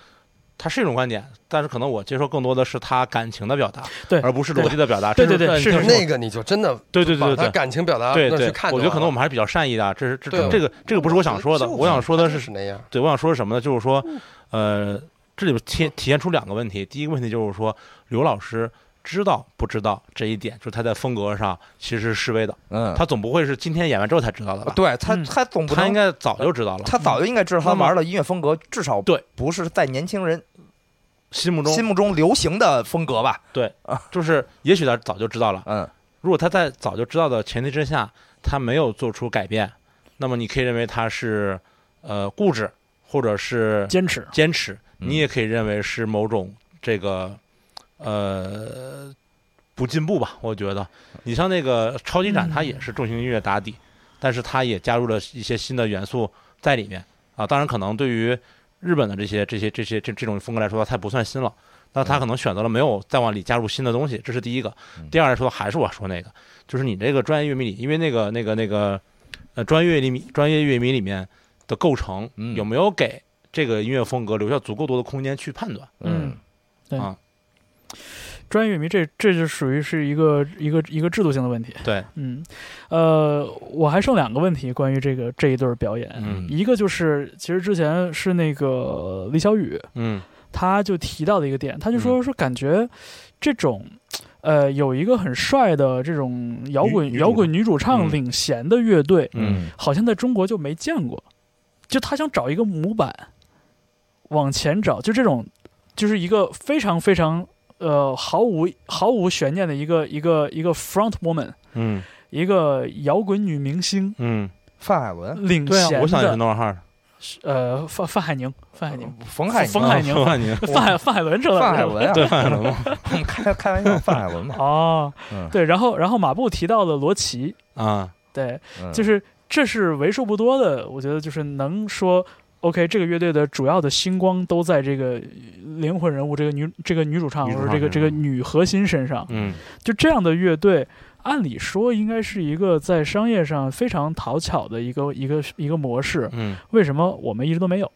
它是一种观点，但是可能我接受更多的是他感情的表达，
对
而不是
对
逻辑的表达。
对
这
对对
是
是
这
那个你就真的
对对对
把
对
他
对
感情表达
对
那
对
去看，就
我觉得可能我
们
们还是比较善意的啊，这是这
对
这这个这个不是我想说的，我想说的是
是那样，
对，我想说是什么呢？就是说，呃，这里边体体现出两个问题。第一个问题就是说，刘老师知道不知道这一点，就是他在风格上其实是示威的。
嗯，
他总不会是今天演完之后才知道的吧？
对他
嗯
他总不
他应
能。嗯
该早就知道了，
他早就应该知道，他
那么
玩的音乐风格至少
对
不是在年轻人
心目中
心目中流行的风格吧？
嗯
就是，也许他早就知道了。
嗯，
如果他在早就知道的前提之下，他没有做出改变，那么你可以认为他是呃固执，或者是
坚持，
坚持，
嗯
你也可以认为是某种这个呃不进步吧。我觉得，你像那个超级展，
嗯
它也是重型音乐打底，但是它也加入了一些新的元素在里面啊。当然，可能对于日本的这些这些这些这这种风格来说，它还不算新了。那他可能选择了没有再往里加入新的东西，这是第一个
嗯。
第二来说，还是我说那个，就是你这个专业乐迷里，因为那个那个那个呃专业乐迷专业乐迷里面的构成
嗯
有没有给这个音乐风格留下足够多的空间去判断？
嗯，对
啊，
专业乐迷这这就属于是一个一个一个制度性的问题。
对，
嗯，呃，我还剩两个问题关于这个这一对儿表演，
嗯
一个就是其实之前是那个李小雨，
嗯
他就提到的一个点，他就说说感觉这种。呃，有一个很帅的这种摇滚
女女主
摇滚女主唱
嗯
领衔的乐队，
嗯，
好像在中国就没见过。就他想找一个模板，往前找，就这种，就是一个非常非常呃毫无毫无悬念的一个一个一个 front woman，
嗯
一个摇滚女明星
嗯，
范海文、
领
对啊，
衔
我想也是
的，
诺尔哈的，
呃，范范海宁，范海宁，
冯海啊
冯海宁
冯海宁，
范海范海伦成
哦
了
范海文啊，
对范海 宁嘛
我们开开玩笑，范海文 嘛，
哦，
嗯
对，然后然后马布提到了罗琦，
啊，
对，
嗯
就是这是为数不多的，我觉得就是能说 OK，这个乐队的主要的星光都在这个灵魂人物这个女这个女主唱
女主
或
唱
者这个这个女核心身上，
嗯
就这样的乐队。按理说应该是一个在商业上非常讨巧的一个一个一个模式，
嗯
为什么我们一直都没有？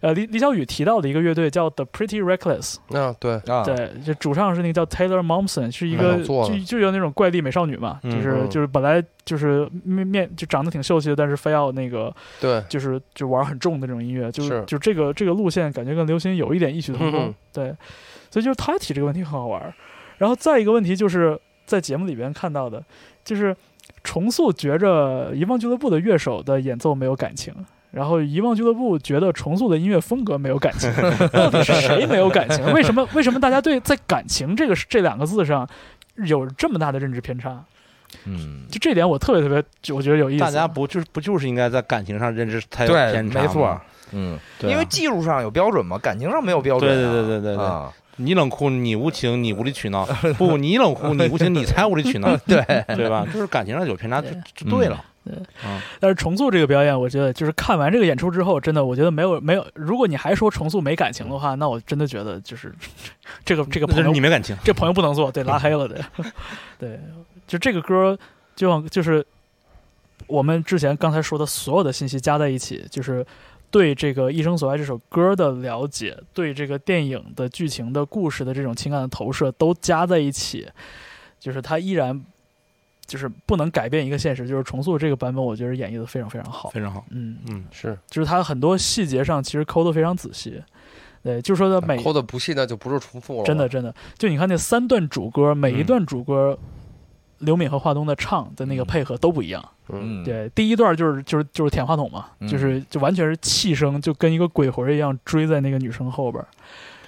呃，李李小雨提到的一个乐队叫 The Pretty Reckless，
啊，对，
啊，
对，这主唱是那个叫 Taylor Momsen，是一
那
个
好做
就
了
就有那种怪力美少女嘛，
嗯
就是
嗯
就是本来就是面面就长得挺秀气的，但是非要那个
对，
就是就玩很重的那种音乐，就是就这个这个路线感觉跟流行有一点异曲同工，
嗯
对，所以就是他提这个问题很好玩儿。然后再一个问题就是在节目里边看到的，就是重塑觉着遗忘俱乐部的乐手的演奏没有感情。然后遗忘俱乐部觉得重塑的音乐风格没有感情，到底是谁没有感情？为什么为什么大家对在感情这个这两个字上有这么大的认知偏差？
嗯，
就这点我特别特别，就我觉得有意思。
大家不就是不就是应该在感情上认知他有
对，
偏差吗
没错，，嗯，
对啊
因为技术上有标准嘛，感情上没有标准啊，
对对对对对对
啊，
你冷酷，你无情，你无理取 闹，不，你冷酷，你无情，你才无理取闹， 对嗯对吧？就是感情上有偏差就就对了，
但是重塑这个表演，我觉得就是看完这个演出之后，真的，我觉得没有没有，如果你还说重塑没感情的话，那我真的觉得就是 这个这个
那就
朋
是
友
你没感情，
这朋友不能做，对，拉黑了，对， 对，就这个歌，就像就是我们之前刚才说的所有的信息加在一起，就是对这个《一生所爱》这首歌的了解，对这个电影的剧情的故事的这种情感的投射，都加在一起，就是它依然就是不能改变一个现实，就是重塑这个版本，我觉得演绎的非常非常好，
非常好，
嗯，
嗯，
是
就是它很多细节上其实抠的非常仔细，对，就说它每
抠的不细，那就不是重复了。
真的，真的，就你看那三段主歌，每一段主歌，刘敏和华东的唱的那个配合都不一样。
嗯，
嗯，
对，第一段就是就是就是舔话筒嘛，
嗯
就是就完全是气声，就跟一个鬼魂儿一样追在那个女生后边儿。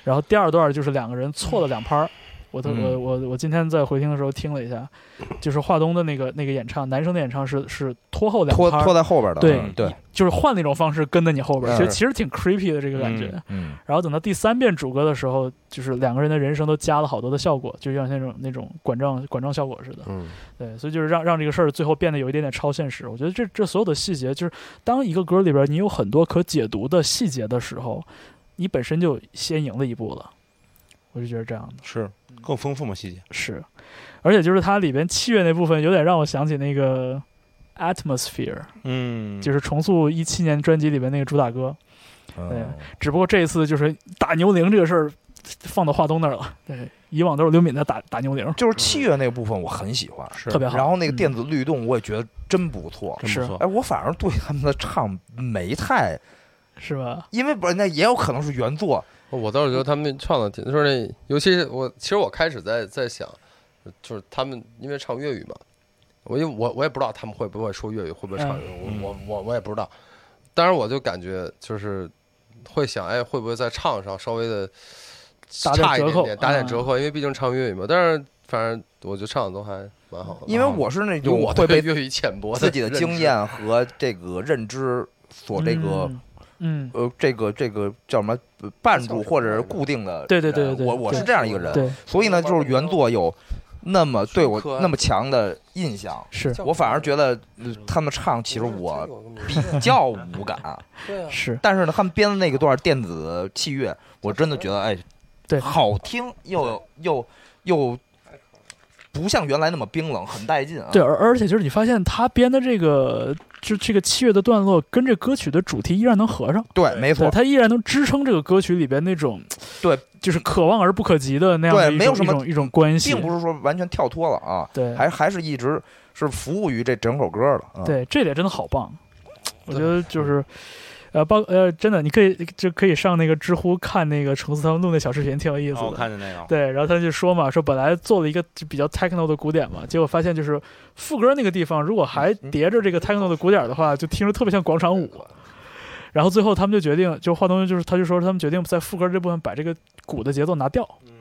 然后第二段就是两个人错了两拍儿。我特我
嗯
我我今天在回听的时候听了一下，就是华东的那个那个演唱，男生的演唱是是拖后两
拖
拍
拖
儿，
在后边的，
对
嗯对，
就是换那种方式跟在你后边儿，其实
是
其实挺 creepy 的这个感觉。
嗯
嗯
然后等到第三遍主歌的时候，就是两个人的人声都加了好多的效果，就像那种那种管账管账效果似的。
嗯，
对，所以就是让让这个事儿最后变得有一点点超现实。我觉得这这所有的细节，就是当一个歌里边你有很多可解读的细节的时候，你本身就先赢了一步了。我就觉得这样的
是更丰富嘛细节，
是，而且就是它里边器乐那部分，有点让我想起那个 atmosphere，
嗯，
就是重塑一七年专辑里边那个主打歌。
嗯
对只不过这一次就是打牛铃这个事儿放到华东那儿了。对，以往都是刘敏在打打牛铃，
就是器乐那部分我很喜欢，
是
特别好。
然后那个
嗯
电子律动我也觉得真不错。
真不错，
哎，我反而对他们的唱没太，
是吧？
因为不是那也有可能是原作，
哦我倒是觉得他们唱的挺，就是那，尤其是我，其实我开始在在想，就是他们因为唱粤语嘛，我因为我我也不知道他们会不会说粤语，会不会唱粤语，
嗯
我我我我也不知道。当然，我就感觉就是会想，哎，会不会在唱上稍微的
打点
差一
折
点
扣
点，打点
嗯
折扣，因为毕竟唱粤语嘛。但是反正我觉得唱的都还蛮好的，
因为我是那
用
种
哦我
会被
对粤语浅薄
自己的
认
经
知，
验和这个认知所这个、
嗯，嗯，
呃这个这个叫什么呃绊住或者是固定的。
对对对对对，
我我是
对
这样一个人，
对
所以呢，就是原作有那么对我
深刻啊
那么强的印象。
是
我反而觉得
嗯
呃他们唱，其实我比较无感，
对啊
是
但是呢，他们编的那个段电子器乐，我真的觉得哎，
对
好听又有又又不像原来那么冰冷，很带劲啊。
对，而而且就是你发现他编的这个，就这个器乐的段落跟这歌曲的主题依然能合上，
对，没
对，
错，
他依然能支撑这个歌曲里边那种，
对，
就是可望而不可及的那样的
对
一
没有
种
什么
一种一种关系，
并不是说完全跳脱了啊，
对，
还还是一直是服务于这整首歌的。啊，
对，这点真的好棒，我觉得就是。呃，包呃，真的，你可以就可以上那个知乎看那个橙子他们录那小视频，挺有意思
哦
的。
我看见那个，
对，然后他就说嘛，说本来做了一个就比较 techno 的鼓点嘛，结果发现就是副歌那个地方，如果
嗯
还叠着这个 techno 的鼓点的话，就听着特别像广场舞。然后最后他们就决定，就华东就是他就说他们决定在副歌这部分把这个鼓的节奏拿掉。
嗯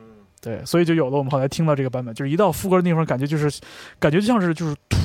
对，所以就有了我们后来听到这个版本，就是一到副歌的地方，感觉就是感觉就像是就是突，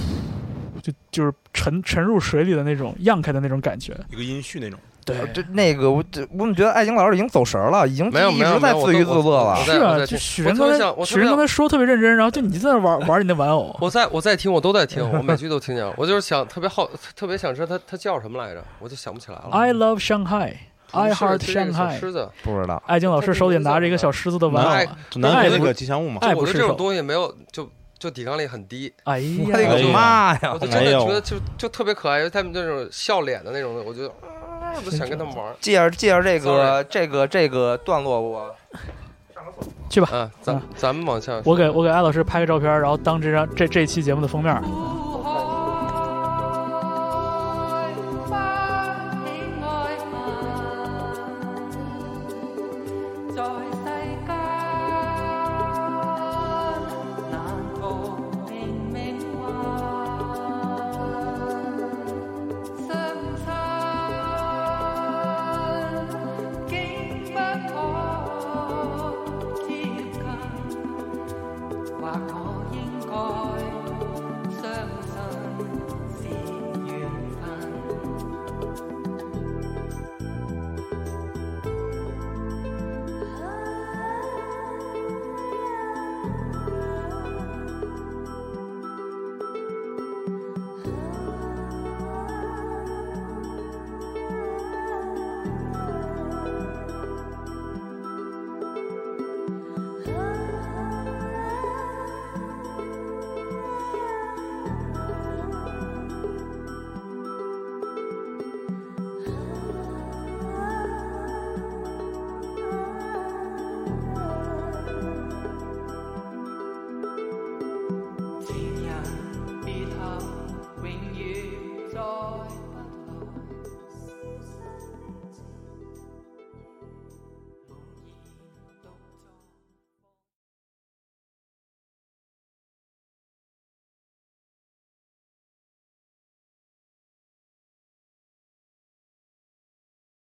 就就是沉沉入水里的那种漾开的那种感觉。
一个音序那种，
对
呃，这那个我这我怎么觉得艾晶老师已经走神儿了，已经
没有
一
没有
直在
没有
自娱自
我都
乐了
我。
是
在
啊，
在
就
听
许
我
晨
特
刚
别
才
想我特
许
别
晨刚
想
才说特别认真，然后就你在那玩玩你那玩 偶。
我在我在听，我都在 听，我每句都听见。我就是想特别好，特别想知道他他叫什么来着，我就想不起来了。
I love Shanghai,
不
啊 I
是
heart
是那个小
Shanghai。
狮子，
不知道，
艾静老师手里拿着一个小狮子的玩
南
偶，
就南
爱
非
不
那个吉祥物嘛，
爱
就
不
我对
释
这种
手。
东西没有，就就抵抗力很低。
哎
我
呀，
的
哎
个
呀
妈呀！
我就真
哎
的
呦
觉得就就特别可爱，因为他们那种笑脸的那种，我就啊我就想跟他们玩 儿
借着借着这
Sorry
个这个这个段落，我
啊。咱咱们往下说，
我给我给艾老师拍个照片，然后当这张这这期节目的封面。
或